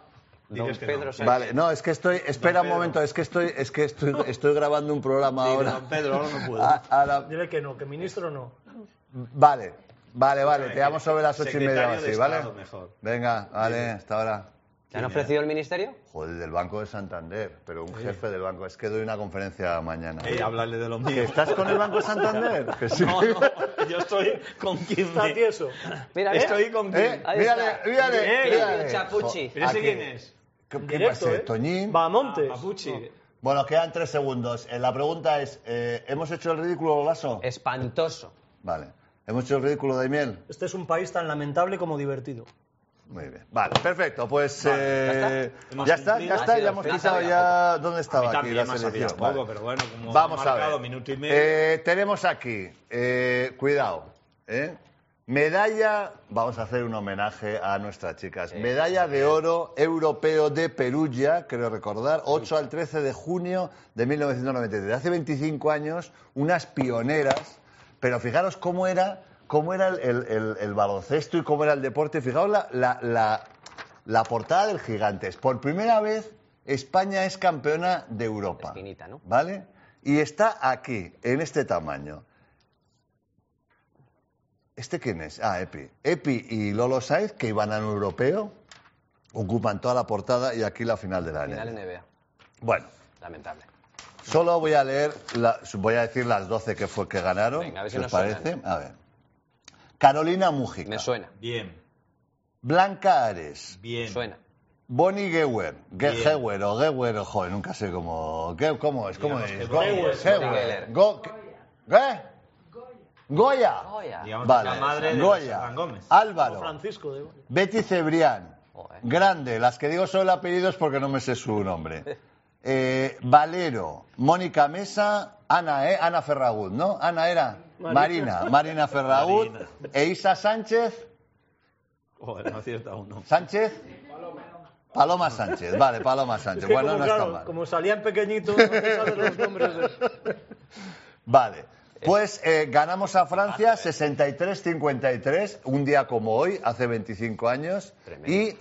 C: Don
D: Dices que no.
C: Pedro Sánchez.
B: vale. No, es que estoy. Espera un
D: Pedro.
B: momento. Es que estoy, es que
D: [LAUGHS]
B: estoy, estoy grabando un programa
D: Dile,
B: ahora.
D: don Pedro, ahora no puedo.
B: Ah, ahora-
F: Dile que no, que ministro no.
B: Vale, vale, vale. Te llamo sobre las ocho y
D: Secretario
B: media o
D: de
B: así, ¿vale?
D: Estado, mejor.
B: Venga, vale, hasta ahora.
C: ¿Te han ofrecido el ministerio?
B: Joder, del Banco de Santander, pero un jefe del banco. Es que doy una conferencia mañana.
D: Ey, háblale Eh, de los
B: ¿Que
D: míos.
B: ¿Estás con el Banco de Santander? ¿Eh? Que sí.
D: [LAUGHS] No, no, [LAUGHS] yo estoy con 15.
F: Está tieso.
C: Mira, mira.
D: Estoy con 15.
B: ¿Eh?
C: Ahí
B: Mírale,
C: está.
B: mírale,
D: Ey,
B: mírale.
C: chapuchi.
B: Jo-
D: ¿Pero ese
B: aquí.
D: quién es?
B: ¿Qué, qué
F: Directo,
B: pasa,
F: ¿eh?
B: Toñín?
F: Va a Montes.
D: Papuchi.
B: Bueno, quedan tres segundos. Eh, la pregunta es, eh, ¿hemos hecho el ridículo, Lasso?
C: Espantoso.
B: Vale. ¿Hemos hecho el ridículo de miel?
F: Este es un país tan lamentable como divertido.
B: Muy bien. Vale, perfecto. Pues
D: Vale,
B: eh,
D: ya está.
B: ya está, ya está, ya hemos
C: cumplido.
D: Hemos
C: Ha sido
B: quitado
C: el final,
B: ya dónde
D: A mí
B: estaba aquí
D: también
B: la
D: me ha sabido
B: selección.
D: poco,
B: Vale.
D: pero bueno, como
B: Vamos
D: ha
B: a
D: marcado
B: ver.
D: minuto y medio.
B: Eh, tenemos aquí, eh, cuidado, ¿eh? medalla, vamos a hacer un homenaje a nuestras chicas, medalla de oro europeo de Perugia, creo recordar, 8 al 13 de junio de 1993. Hace 25 años, unas pioneras, pero fijaros cómo era, cómo era el, el- el- el baloncesto y cómo era el deporte. Fijaos la, la- la- la portada del Gigantes. Por primera vez, España es campeona de Europa.
C: Espinita, ¿no?
B: ¿Vale? Y está aquí, en este tamaño. ¿Este quién es? Ah, Epi. Epi y Lolo Saez, que iban a un europeo, ocupan toda la portada y aquí la final de la
C: Final
B: NBA.
C: NBA.
B: Bueno,
C: Lamentable.
B: solo voy a leer, la- voy a decir las 12 que fue que ganaron.
C: Venga, a ver si
B: os
C: nos
B: parece? A ver. Carolina Mujica.
C: Me suena,
D: Bien,
B: Blanca Ares.
D: bien.
C: suena.
B: Bonnie Gewer, Ge
D: Bien.
B: Gewer o Gewer, o joder, nunca sé cómo. Ge- ¿Cómo es? ¿Cómo
D: Digamos
B: es?
D: que
B: Go-
D: Goyer.
B: Gewer. Go- ¿Qué? Goya.
J: Oh,
C: Goya.
D: Digamos
B: Vale.
D: que es la madre de
B: Goya. Ah.
D: Fernan Gómez.
F: Como
B: Álvaro.
F: Francisco de Goya.
B: Betty Cebrián.
C: Joder.
B: Grande. Las que digo son el apellido es porque no me sé su nombre. Eh, Valero. Mónica Mesa. Ana, ¿eh? Ana Ferragut, ¿no? Ana era. Marina. Marina Ferragut.
D: Marina.
B: E Isa Sánchez.
D: Joder, no acierta uno.
B: Sánchez. Paloma Sánchez, vale, Paloma Sánchez.
F: Es que
B: bueno,
F: como,
B: no
F: claro,
B: está mal.
F: como salían pequeñitos, no te sabes los nombres de...
B: Vale. Pues eh, ganamos a Francia 63-53, un día como hoy, hace 25 años. Y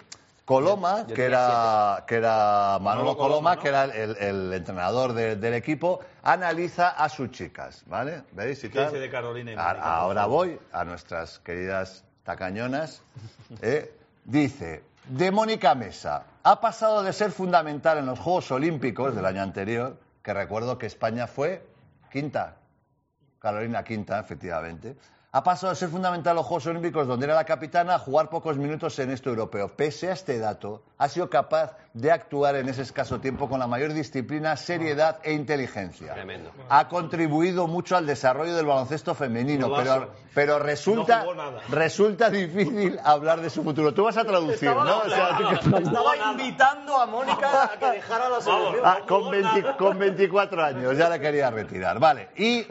B: Coloma, que, era, que era Manolo Coloma,
D: Manolo Coloma, ¿no?
B: que era el, el entrenador de- del equipo, analiza a sus chicas, ¿vale? ¿Veis? Y
D: ¿Qué
B: tal.
D: dice de Carolina y
B: A-
D: Mónica, por
B: ahora
D: favor?
B: voy a nuestras queridas tacañonas. ¿eh? Dice, de Mónica Mesa, ha pasado de ser fundamental en los Juegos Olímpicos del año anterior, que recuerdo que España fue quinta, Carolina Quinta, efectivamente, Ha pasado a ser fundamental los Juegos Olímpicos, donde era la capitana, a jugar pocos minutos en esto europeo. Pese a este dato, ha sido capaz de actuar en ese escaso tiempo con la mayor disciplina, seriedad e inteligencia.
D: Tremendo.
B: Ha contribuido mucho al desarrollo del baloncesto femenino, pero,
D: Golazo.
B: pero resulta,
D: No jugó nada.
B: resulta difícil hablar de su futuro. Tú vas a traducir,
E: Estaba,
B: [LAUGHS] ¿no? O sea, tú que-
E: estaba invitando a Mónica a que dejara la selección.
F: [LAUGHS]
B: Ah, con, 20 con 24 años, ya la quería retirar. Vale, y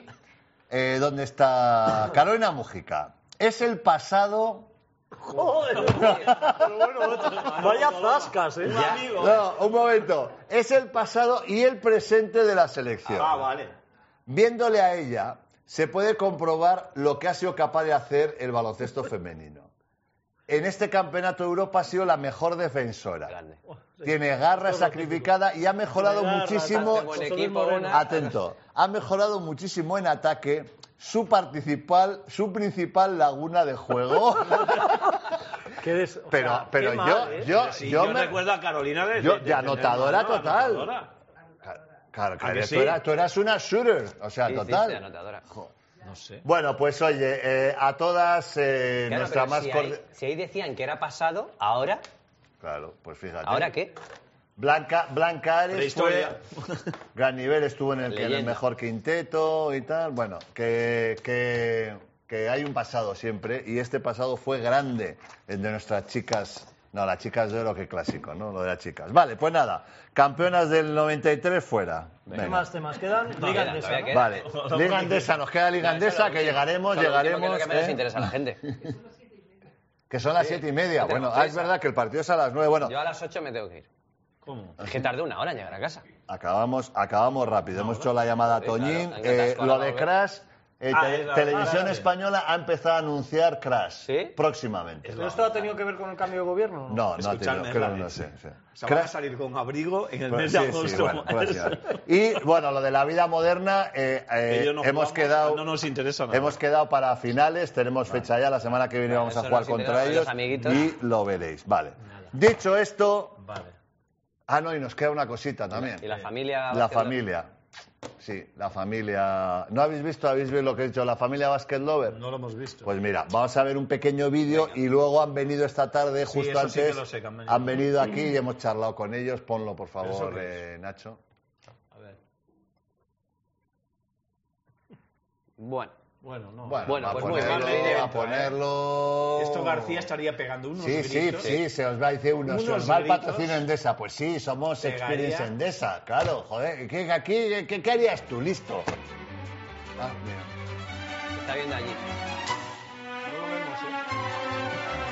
B: eh, ¿dónde está Carolina Mújica? Es el pasado...
E: Joder, pero bueno, vaya zascas, ¿eh?
D: Amigo.
B: No, un momento. Es el pasado y el presente de la selección.
D: Ah, vale.
B: Viéndole a ella, se puede comprobar lo que ha sido capaz de hacer el baloncesto femenino. En este campeonato de Europa ha sido la mejor defensora.
C: Grande.
B: Tiene garra sacrificada y ha mejorado
E: Tiene garra,
B: muchísimo.
C: Hace buen equipo, una-
B: Atento. Ha mejorado muchísimo en ataque su participal, su principal laguna de juego.
F: ¿Qué des-
B: Pero, pero
E: qué
B: yo,
E: mal, ¿eh?
B: yo,
D: Pero si
B: yo
D: yo,
B: me
D: recuerdo a Carolina de,
B: Yo-
D: de-
B: de
D: de-
B: anotadora
D: no,
B: total.
D: anotadora.
B: Claro,
D: ¿A que
B: Karen,
D: sí?
B: tú, eras, tú eras una shooter, o sea,
C: Sí, sí,
B: total.
C: sí, anotadora.
D: No sé.
B: bueno, pues oye, eh, a todas eh,
C: Claro,
B: nuestra
C: pero
B: más
C: si,
B: cordi-
C: ahí, si ahí decían que era pasado, ahora,
B: Claro, pues fíjate.
C: ¿ahora qué?
B: Blanca, Blanca Ares fue...
D: Prehistoria.
B: [LAUGHS] Gran nivel, estuvo en el, que- en el
C: Leyenda.
B: mejor quinteto y tal. Bueno, que, que, que hay un pasado siempre y este pasado fue grande, el de nuestras chicas. No, las chicas de oro, qué clásico, ¿no? Lo de las chicas. Vale, pues nada, campeonas del 93 fuera.
F: ¿Qué
B: Venga.
F: más temas quedan? Liga
C: queda,
F: Endesa,
C: todavía
F: ¿no?
C: queda.
B: Vale, Liga Andesa, nos queda Liga Andesa, que llegaremos,
C: Son lo último
B: llegaremos.
C: Que es lo que menos
B: ¿eh?
C: interesa a
B: [LAUGHS]
C: la gente.
B: Que son las siete y media.
C: No tenemos
B: Bueno, ah, es
C: prisa.
B: verdad que el partido es a las nueve. Bueno,
C: Yo a las 8 me tengo que ir.
D: ¿Cómo?
C: Es que tardé una hora en llegar a casa.
B: acabamos, acabamos rápido. Hemos hecho la llamada a
C: Sí,
B: Toñín.
C: claro, hay que
B: Eh,
C: atascar
B: lo
C: la
B: de
C: boca.
B: Crash, eh,
D: Ah,
B: Tele-
D: es la-
B: Televisión
D: ah, vale.
B: Española ha empezado a anunciar Crash
C: ¿Sí?
B: próximamente.
F: ¿Pero esto ha tenido que ver con el cambio de gobierno? o
B: No, no ha tenido,
D: Escuchadme,
B: creo,
D: Javi.
B: no sé. sí.
D: O sea, van a
B: Crash,
D: salir con abrigo en ¿eh? el
B: bueno,
D: mes
B: Pues sí,
D: de
B: sí,
D: agosto.
B: bueno, puede
D: [LAUGHS]
B: ser. y bueno, lo de la vida moderna, eh, eh,
D: Ellos no
B: hemos
D: jugamos,
B: quedado...
D: No nos interesa nada.
B: Hemos quedado para finales, tenemos fecha ya, la semana que viene
C: Vale,
B: vamos a
C: eso
B: jugar
C: nos interesa
B: contra
C: a los
B: ellos
C: amiguitos.
B: y lo veréis, vale. Dicho esto, ah no, y nos queda una cosita también.
C: Y la
D: Ah,
C: familia.
B: La familia. Sí, la familia. ¿No habéis visto? ¿Habéis visto lo que he dicho? La familia Basket Lover.
D: No lo hemos visto.
B: Pues mira, vamos a ver un pequeño vídeo y luego han venido esta tarde,
D: Sí,
B: justo
D: eso sí que
B: antes.
D: lo sé, que han venido.
B: han venido aquí y hemos charlado con ellos. Ponlo, por favor,
D: ¿Pero eso qué
B: eh, Nacho.
C: Bueno,
D: Bueno, no.
B: Bueno,
C: Bueno,
B: a,
C: pues muy
B: ponerlo,
C: mal vídeo,
B: a ponerlo.
D: Pues Esto García estaría pegando unos
B: Sí, sí,
D: gritos.
B: sí, se os va a decir uno, se
D: Unos
B: os va el
D: gritos.
B: patrocinio Endesa. Pues sí, somos
D: Pegaría.
B: Experience Endesa, claro, joder. ¿Qué, aquí, qué, qué harías tú? Listo. Ah, mira.
C: se está viendo allí.
D: No lo vemos, ¿eh?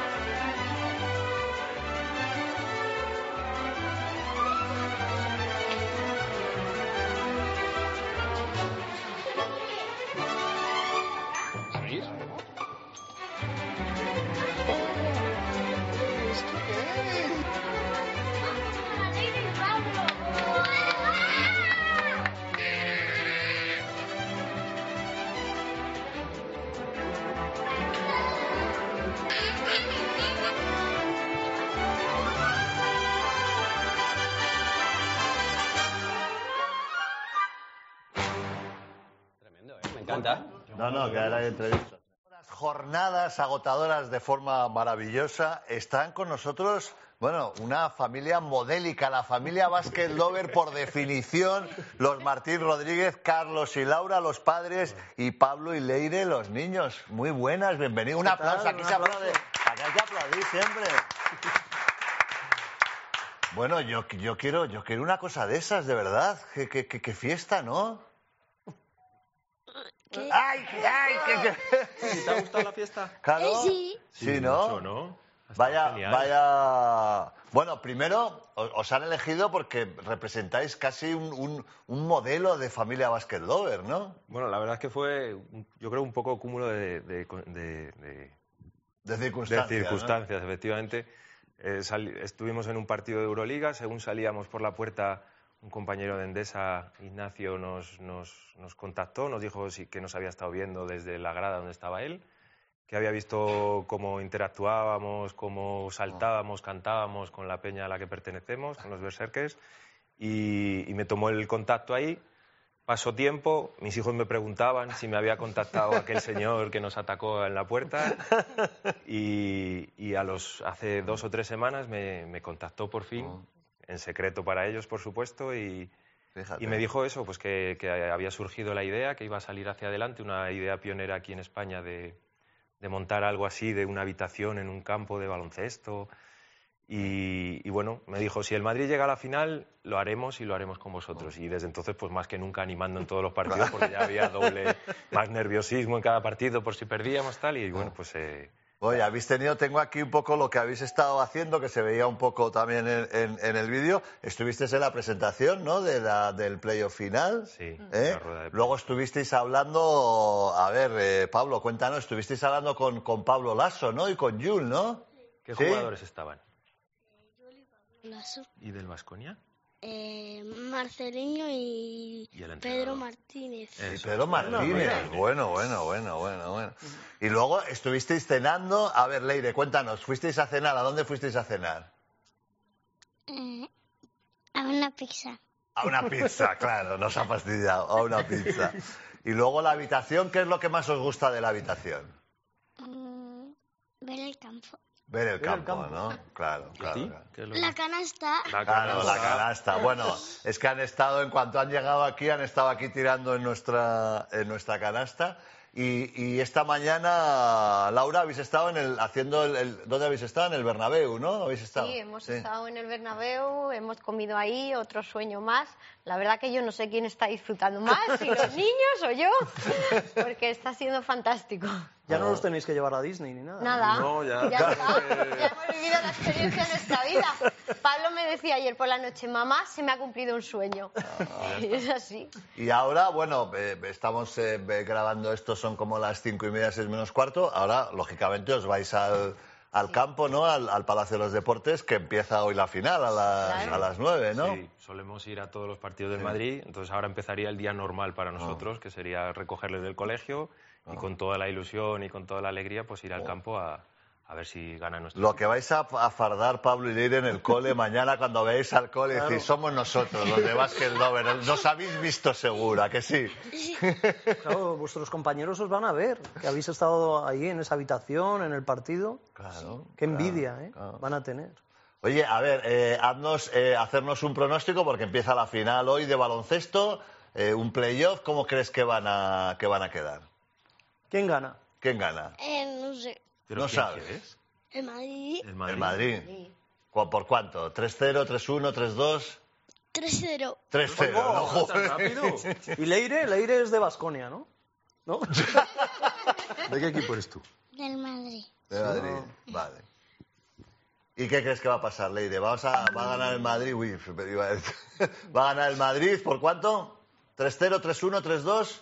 C: Tremendo, ¿eh? Me encanta.
B: No, no, que ahora hay entrevistas. Las jornadas agotadoras de forma maravillosa están con nosotros, bueno, una familia modélica, la familia Vázquez Lover por definición, los Martín Rodríguez, Carlos y Laura, los padres, y Pablo y Leire, los niños. Muy buenas, bienvenidos. Un
F: ¿Qué tal?
B: aplauso, aquí
F: Un
B: se
F: aplauso.
B: aplaude. Aquí hay que aplaudir siempre. Bueno, yo, yo, quiero, yo quiero una cosa de esas, de verdad. Qué, qué- qué- qué fiesta, ¿no? ¡Ay, ay! qué- qué-
D: ¿Te ha gustado la fiesta?
B: Claro.
H: Eh, sí.
B: Sí, ¿no? Vaya, vaya. Bueno, primero o- os han elegido porque representáis casi un, un- un modelo de familia basket lover, ¿no?
J: Bueno, la verdad es que fue, un- yo creo, un poco cúmulo de, de- de- de-
B: De
J: de
B: circunstancias. ¿no?
J: circunstancias, efectivamente. Eh, sali- estuvimos en un partido de Euroliga, según salíamos por la puerta, un compañero de Endesa, Ignacio, nos, nos- nos contactó, nos dijo sí, que nos había estado viendo desde la grada donde estaba él, que había visto cómo interactuábamos, cómo saltábamos, cantábamos con la peña a la que pertenecemos, con los berserkers, y, y me tomó el contacto ahí.
G: Pasó tiempo, mis hijos me preguntaban si me había contactado aquel señor que nos atacó en la puerta y, y a los, hace dos o tres semanas me, me contactó por fin, en secreto para ellos, por supuesto, y, y me dijo eso, pues que, que había surgido la idea, que iba a salir hacia adelante, una idea pionera aquí en España de, de montar algo así, de una habitación en un campo de baloncesto. Y, y bueno, me dijo, si el Madrid llega a la final, lo haremos y lo haremos con vosotros. Y desde entonces, pues más que nunca animando en todos los partidos, porque ya había doble, más nerviosismo en cada partido por si perdíamos tal. Y bueno, pues eh,
B: Oye, habéis tenido, tengo aquí un poco lo que habéis estado haciendo, que se veía un poco también en, en- en el vídeo. Estuvisteis en la presentación, ¿no? De la, del playoff final.
G: Sí,
B: ¿eh?
G: la rueda de prensa.
B: Luego estuvisteis hablando, a ver, eh, Pablo, cuéntanos, estuvisteis hablando con, con Pablo Lasso, ¿no? Y con Jul, ¿no?
G: ¿qué
B: ¿Sí?
G: jugadores estaban?
I: Lasso.
G: ¿Y del Vasconia?
I: Eh, Marcelino y,
G: Y el entrenador.
I: Pedro Martínez.
B: Y Pedro Martínez. Bueno, bueno, bueno, bueno, bueno. Y luego estuvisteis cenando. A ver, Leire, cuéntanos, ¿fuisteis a cenar? ¿A dónde fuisteis a cenar?
I: Eh, a una pizza.
B: A una
I: [LAUGHS]
B: pizza, claro, nos ha fastidiado, a una pizza. Y luego la habitación, ¿qué es lo que más os gusta de la habitación?
I: Mm, ver el campo.
B: Ver el
I: Ver
B: campo, ¿no? Claro, claro. claro.
I: La canasta.
B: Claro, la canasta. Bueno, es que han estado, en cuanto han llegado aquí, han estado aquí tirando en nuestra, en nuestra canasta. Y, y esta mañana, Laura, habéis estado en el, haciendo el, el- ¿dónde habéis estado? En el Bernabéu, ¿no? Habéis estado.
D: Sí, hemos estado en el Bernabéu, hemos comido ahí, otro sueño más. La verdad que yo no sé quién está disfrutando más, si los niños o yo, porque está siendo fantástico.
F: Ya no los tenéis que llevar a Disney ni nada.
D: Nada. No, ya. Ya está. Ya hemos vivido la experiencia de nuestra vida. Pablo me decía ayer por la noche, mamá, se me ha cumplido un sueño. Y [LAUGHS] es así.
B: Y ahora, bueno, eh, estamos eh, eh, grabando esto, son como las cinco y media, seis menos cuarto. Ahora, lógicamente, os vais al, al campo, ¿no? Al, al Palacio de los Deportes, que empieza hoy la final a las,
G: Claro.
B: a las nueve, ¿no?
G: Sí, solemos ir a todos los partidos del Madrid, entonces ahora empezaría el día normal para nosotros, que sería recogerles del colegio y con toda la ilusión y con toda la alegría, pues ir al campo a, a ver si gana nuestro.
B: Lo que vais a, a fardar Pablo y Leire en el [LAUGHS] cole mañana cuando veáis al cole y decís, somos nosotros los de Basket Lover. Nos habéis visto seguro, ¿a que sí?
F: Claro, vuestros compañeros os van a ver, que habéis estado ahí en esa habitación, en el partido.
B: Claro.
F: Qué envidia, ¿eh? Van a tener.
B: Oye, a ver, eh, haznos, eh, hacernos un pronóstico porque empieza la final hoy de baloncesto, eh, un playoff. ¿Cómo crees que van a, que van a quedar?
F: ¿Quién gana?
B: ¿Quién gana?
I: Eh, no sé.
B: no sabes.
I: El Madrid.
B: El Madrid. ¿Cu- ¿Por cuánto? ¿3-0, 3-1, 3-2?
I: 3-0.
B: 3-0. Pues ¿no? Joder.
F: Y Leire, Leire es de Basconia, ¿no? ¿No?
B: ¿De qué equipo eres tú?
I: Del Madrid.
B: De Madrid, vale. ¿Y qué crees que va a pasar, Leire? ¿Vamos a, ¿Va a ganar el Madrid? Uy, [LAUGHS] pero iba a decir- ¿Va a ganar el Madrid por cuánto? ¿3-0, 3-1, 3-2?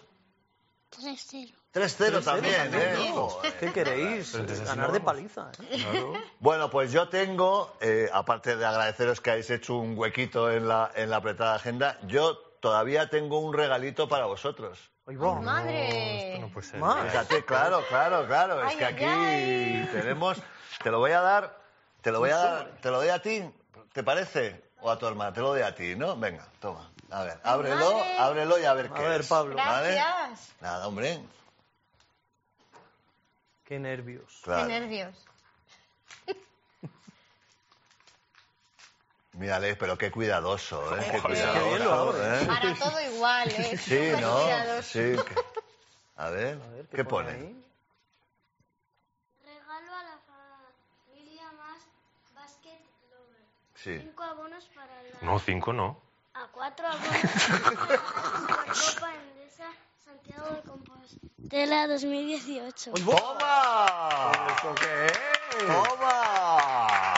I: 3-0.
B: 3-0 también, ¿eh? Ojo, eh.
F: ¿Qué queréis? Ganar de paliza. ¿eh?
B: Bueno, pues yo tengo, eh, aparte de agradeceros que hayáis hecho un huequito en la, en la apretada agenda, yo todavía tengo un regalito para vosotros.
D: Madre.
B: Más. Fíjate, claro, claro, claro. es
D: Ay,
B: que
D: ay,
B: aquí
D: ay.
B: tenemos. Te lo voy a dar. Te lo voy a
D: Un
B: dar. Te lo doy a ti. ¿Te parece? O a tu hermana. Te lo doy a ti, ¿no? Venga, toma. A ver, ábrelo,
D: madre.
B: ábrelo y a ver qué
F: ver,
B: es,
F: Pablo.
B: ¿vale?
D: Gracias.
B: Nada, hombre.
F: Qué nervios.
B: Claro.
D: Qué
B: [LAUGHS]
D: nervios.
B: Mírale, pero qué cuidadoso, ¿eh? Qué
D: Qué bien
F: lo
B: cuidadoso, ¿eh?
D: Para todo igual, ¿eh?
B: Sí,
D: Súper
B: ¿no?
D: cuidadoso.
B: Sí. que- A ver, ¿qué, pone?
I: Regalo a la familia más Basket Lover.
G: Sí.
I: Cinco abonos para la...
G: No, cinco no.
I: A
G: [LAUGHS]
I: cuatro abonos por Copa Endesa Santiago de Compostela 2018.
B: ¡Toma! ¿Eso qué es? ¡Toma!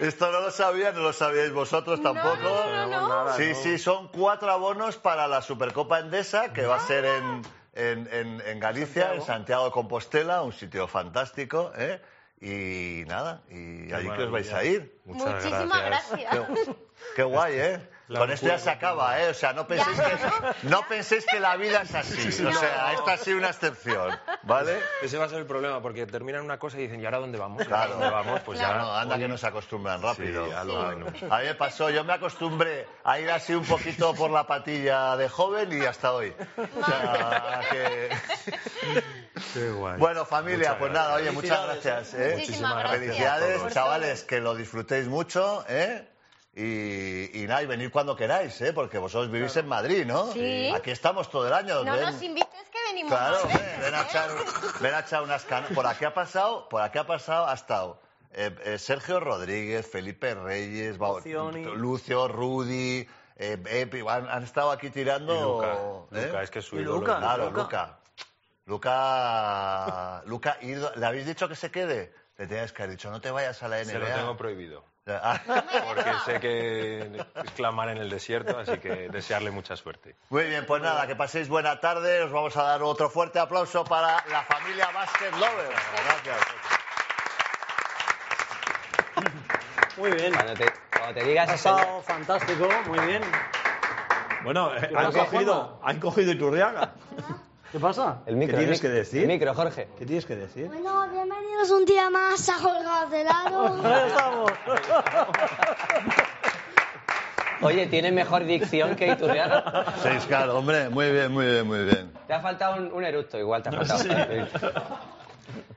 B: Esto no lo sabía, no lo sabíais vosotros tampoco.
D: no, no, no.
B: Sí, sí, son cuatro abonos para la Supercopa Endesa, que va a ser en, en- en- en Galicia, en Santiago de Compostela, un sitio fantástico, ¿eh? Y nada, y allí que os vais a ir.
D: Muchísimas gracias.
B: Qué, qué guay, ¿eh? Con esto ya se acaba, ¿eh? O sea, no penséis, que, no penséis que la vida es así.
J: Sí, sí,
B: o
J: no.
B: sea, esta ha sido una excepción, ¿vale?
J: Ese va a ser el problema, porque terminan una cosa y dicen, ¿y ahora dónde vamos? ¿Y ahora
B: Claro,
J: dónde vamos? Pues ya.
B: No, anda
J: oye,
B: que no se acostumbran rápido.
J: Sí, a lo bueno.
B: A mí me pasó, yo me acostumbré a ir así un poquito por la patilla de joven y hasta hoy. O sea, que...
J: Qué guay.
B: Bueno, familia,
J: Muchas
B: pues nada, oye,
J: gracias.
B: muchas gracias. ¿eh?
K: Muchísimas gracias.
B: Felicidades,
K: Por
B: chavales, que lo disfrutéis mucho, ¿eh? Y, y nada, y venid cuando queráis, ¿eh? Porque vosotros vivís en Madrid, ¿no?
K: Sí.
B: Aquí estamos todo el año.
K: No
B: ven-
K: nos invites que venimos.
B: Claro,
K: más
B: ven,
K: veces,
B: ven a
K: ¿eh?
B: echar, ven a echar unas canas. Por aquí ha pasado, por aquí ha pasado, ha estado eh, eh, Sergio Rodríguez, Felipe Reyes, va-
F: Lucioni.
B: Lucio, Rudy, eh, Epi, han, han estado aquí tirando.
J: Y Luca, Luca, es que es su
B: Y
J: ídolo,
B: Luca,
J: Luca.
B: claro, Luca. Luca, Luca, ídolo- ¿le habéis dicho que se quede? Le tenías que haber dicho, no te vayas a la NBA.
J: Se lo tengo prohibido.
B: [LAUGHS] Ah,
J: Porque sé que es clamar en el desierto, así que desearle mucha suerte.
B: Muy bien, pues nada, que paséis buena tarde. Os vamos a dar otro fuerte aplauso para la familia Basket Lover. Gracias.
F: Muy bien.
C: Cuando te, cuando te digas
F: Ha
C: eso.
F: estado fantástico, muy bien.
D: Bueno, eh,
F: ¿Qué
D: han
F: pasa,
D: cogido,
F: Juanma?
D: han cogido Iturriaga.
F: ¿Qué pasa?
C: El
D: ¿Qué
C: micro.
D: tienes que
C: el mic-
D: decir?
C: El micro, Jorge.
D: ¿Qué tienes que decir?
H: Bueno, bienvenidos un día más a Colgados de Lado.
F: Ahí estamos.
C: Oye, tiene mejor dicción que
B: [LAUGHS]
C: Iturriaga.
B: Seis, claro, hombre, muy bien, muy bien, muy bien.
C: Te ha faltado un, un eructo, igual te ha faltado.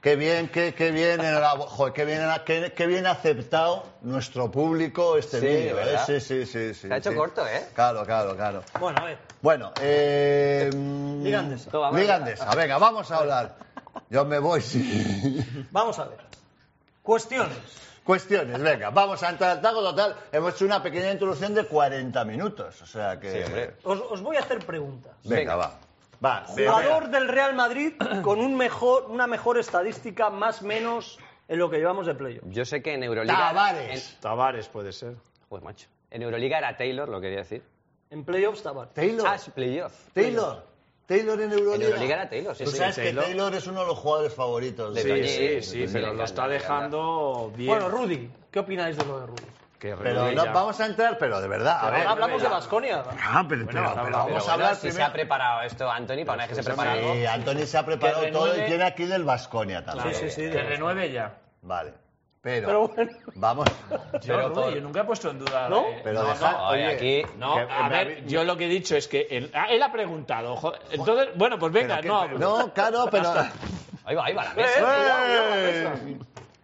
B: Qué bien, qué, qué bien, enhorabu- joder, qué bien, qué, qué bien aceptado nuestro público este
C: Sí,
B: vídeo, ¿eh?
C: ¿verdad?
B: Sí, sí, sí, sí.
C: Se ha hecho
B: sí.
C: corto, ¿eh?
B: Claro, claro, claro.
F: Bueno, a ver.
B: Bueno, eh... mm,
F: Liga Andesa.
C: Toma, va,
B: Liga
C: va.
B: Andesa, venga, vamos a hablar. Yo me voy, sí.
F: Vamos a ver. Cuestiones.
B: [LAUGHS] Cuestiones, venga, vamos a entrar al taco total. Hemos hecho una pequeña introducción de 40 minutos, o sea que...
C: Sí, hombre.
F: Os, os voy a hacer preguntas.
B: Venga, va. Va, venga.
F: Jugador del Real Madrid con un mejor, una mejor estadística más menos en lo que llevamos de playoff.
C: Yo sé que en Euroliga.
B: Tavares.
C: en-
D: Tavares puede ser.
C: pues macho. En Euroliga era Taylor, lo quería decir.
F: En playoffs Tavares.
B: Taylor.
C: Ah, es playoff.
B: Taylor. Taylor en Euroliga.
C: En Euroliga era Taylor, sí,
B: Tú
C: sí.
B: sabes que
D: Taylor.
B: Taylor es uno de los jugadores favoritos.
C: De
B: de-
D: Sí,
C: Toñi,
D: sí,
C: de
D: sí,
C: Toñi
D: pero
C: le
D: lo está
C: encanta, le
D: dejando bien.
F: Bueno, Rudy, ¿qué opináis de lo de Rudy?
D: Que
B: Pero
D: Rudy ya-
B: no, vamos a entrar, pero de verdad. A
F: Ahora
B: ver,
F: hablamos de
B: venga.
F: Vasconia.
B: Ah, pero, pero-
D: vamos a
B: pero
D: hablar,
B: vamos
C: Pero
B: a
C: bueno,
B: hablar
C: si se
B: primero.
C: ha preparado esto, Anthony, para una vez que se prepara algo.
B: Sí, Antonio se ha preparado
E: Que
B: todo y
E: renueve.
B: tiene aquí del Vasconia también.
F: Sí, sí, sí.
E: Que renueve ya.
B: Vale. Pero,
F: Pero bueno.
B: vamos.
E: Yo,
C: Pero
E: Rudy,
C: todo-
E: yo nunca he puesto en duda.
F: ¿No?
E: eh,
B: Pero
E: no,
B: deja-
E: no,
C: Oye,
E: oye,
C: aquí-
E: No,
D: que-
E: a
D: me
E: ver,
D: habéis-
E: yo lo que he dicho es que él, ah, él ha preguntado. jo- Entonces, bueno, pues
B: pero
E: venga,
B: que-
E: no.
B: no, claro,
E: [LAUGHS]
B: pero.
C: Ahí va, ahí va la
B: ¡Eh!
C: mesa.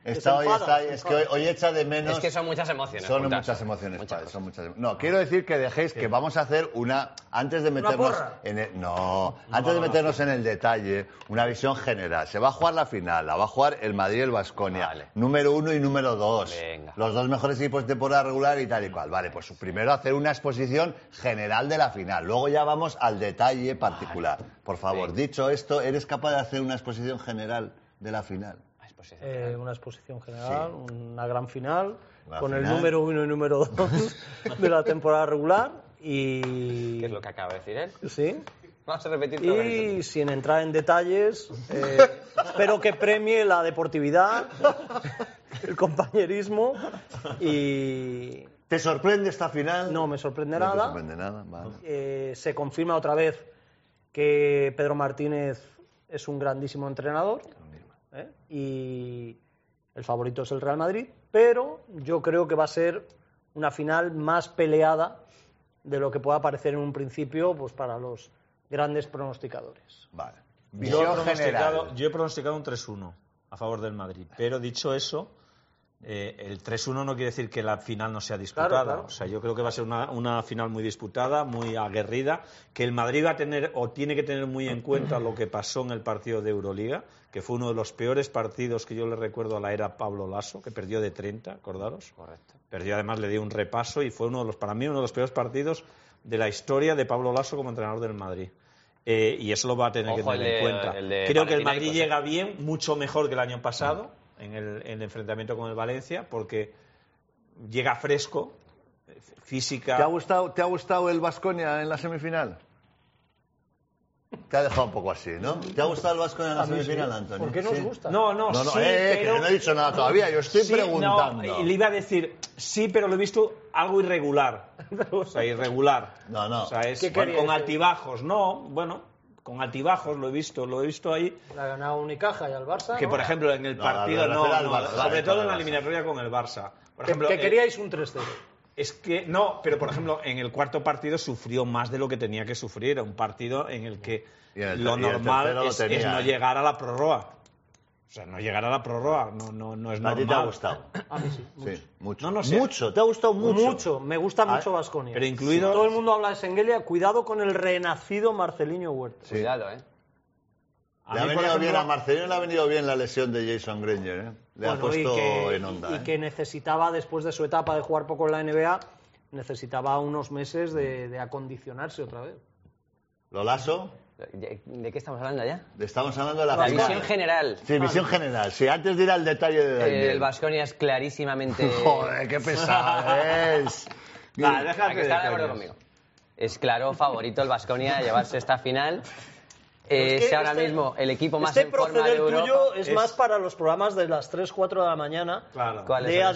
B: Está hoy, está
F: enfada, se
B: Es que hoy, hoy echa de menos.
C: Es que son muchas emociones.
B: Son
C: juntas.
B: muchas emociones,
C: Muchas
B: padre,
C: cosas.
B: son muchas emo- No, quiero decir que dejéis que vamos a hacer una antes de meternos
F: porra?
B: en el no, antes de meternos en el detalle, una visión general. Se va a jugar la final, la va a jugar el Madrid y el Vasconia,
C: Vale.
B: número uno y número dos.
C: Venga.
B: Los dos mejores equipos de temporada regular y tal y cual. Vale, pues primero hacer una exposición general de la final, luego ya vamos al detalle particular. Por favor, dicho esto, ¿eres capaz de hacer una exposición general de la final?
C: Ah, es posición.
F: Eh, una exposición general, una gran final,
B: Una
F: con el
B: final.
F: número uno y número dos de la temporada regular. Y.
C: ¿Qué es lo que acaba de decir él?
F: Sí.
C: Vamos a repetir todo eso.
F: Y sin entrar en detalles, eh, espero que premie la deportividad, [LAUGHS] el compañerismo y
B: ¿Te sorprende esta final?
F: no me sorprende
B: No te
F: nada.
B: sorprende nada, vale.
F: Eh, se confirma otra vez que Pedro Martínez es un grandísimo entrenador ¿eh? y el favorito es el Real Madrid, pero yo creo que va a ser una final más peleada de lo que pueda parecer en un principio pues para los grandes pronosticadores.
B: Vale.
D: Yo he,
B: Visión
D: pronosticado,
B: general.
D: yo he pronosticado un 3-1 a favor del Madrid, pero dicho eso, eh, el 3-1 no quiere decir que la final no sea disputada.
F: claro.
D: O sea, yo creo que va a ser una, una final muy disputada, muy aguerrida, que el Madrid va a tener o tiene que tener muy en cuenta lo que pasó en el partido de Euroliga, que fue uno de los peores partidos que yo le recuerdo a la era Pablo Lasso, que perdió de 30, acordaros.
C: Correcto.
D: Perdió además, le dio un repaso y fue uno de los, para mí, uno de los peores partidos de la historia de Pablo Lasso como entrenador del Madrid. Eh, y eso lo va a tener
C: Ojo,
D: que tener
C: el
D: en
C: de-
D: cuenta.
C: el de
D: Creo que el Madrid
C: Panathinaikos, ¿eh? Mm.
D: llega bien, mucho mejor que el año pasado en, el, en el enfrentamiento con el Valencia, porque llega fresco, eh, física.
B: ¿Te ha gustado, te ha gustado el Vasconia en la semifinal? Te ha dejado un poco así, ¿no? ¿Te ha gustado el Vasconia en la semifinal, Antonio?
F: ¿Por qué nos
B: Sí.
F: gusta?
D: No, no,
B: No, no,
D: sí,
B: eh, eh, que
D: pero...
B: yo no he dicho nada todavía, yo estoy
D: Sí, no,
B: preguntando.
D: y le iba a decir, sí, pero lo he visto algo
B: [LAUGHS]
D: irregular. O sea, irregular.
B: No, no.
D: O sea, es
F: ¿Qué
D: con,
F: querías
D: con
F: decir?
D: altibajos. No, bueno, con altibajos lo he visto, lo he visto ahí.
F: La ha ganado Unicaja y al Barça.
D: Que,
F: ¿no?
D: por ejemplo, en el
F: No,
D: partido,
F: la
D: no,
F: verdad era
D: no,
F: el Barça,
D: sobre
F: eh,
D: todo
F: para
D: en la
F: el Barça.
D: eliminatoria con el Barça. Por
F: Que-
D: ejemplo,
F: que
D: eh,
F: queríais un 3-0.
D: es que no, pero por ejemplo, en el cuarto partido sufrió más de lo que tenía que sufrir. Era un partido en el que
B: el-
D: lo
B: y el
D: normal
B: tercero lo
D: es,
B: tenía,
D: es no
B: ¿eh?
D: llegar a la prórroga. O sea, no llegar a la prórroga no, no, no es
B: ¿A
D: normal.
B: ti te ha gustado?
F: A mí sí.
B: Sí, mucho.
D: No, no sé.
B: Mucho, te ha gustado mucho. Ah,
F: Mucho, me gusta mucho Vasconia.
D: pero incluido-
F: todo el mundo habla de Sengelia, cuidado con el renacido Marceliño Huerta.
C: Cuidado, ¿eh?
D: A
B: Le
D: mí,
B: ha venido
D: por ejemplo-
B: bien a Marcelino, le ha venido bien la lesión de Jason Granger, ¿eh? Le ha
F: Bueno, y
B: puesto
F: que-
B: en onda.
F: y- y
B: ¿eh?
F: que necesitaba, después de su etapa de jugar poco en la NBA, necesitaba unos meses de, de acondicionarse otra vez.
C: Eh,
B: Lo lazo.
C: ¿De, de qué estamos hablando ya?
B: Estamos hablando de la,
C: La
B: final.
C: visión Eh, general.
B: Sí, visión general. Sí, antes de ir al detalle de Daniel.
C: El Vasconia es clarísimamente.
B: [LAUGHS] Joder, qué pesado es.
D: Nah, déjate
C: Hay que estar de
D: de
C: acuerdo
D: coñas.
C: conmigo. Es claro favorito el Vasconia a llevarse esta
F: [LAUGHS]
C: final. Eh,
F: Es que
C: es ahora
F: este-
C: mismo el equipo más
F: este
C: en forma de
F: proceder
C: Europa.
F: tuyo es, más para los programas de las 3, 4 de la mañana,
D: Claro.
C: ¿Cuáles
F: de
C: son esos?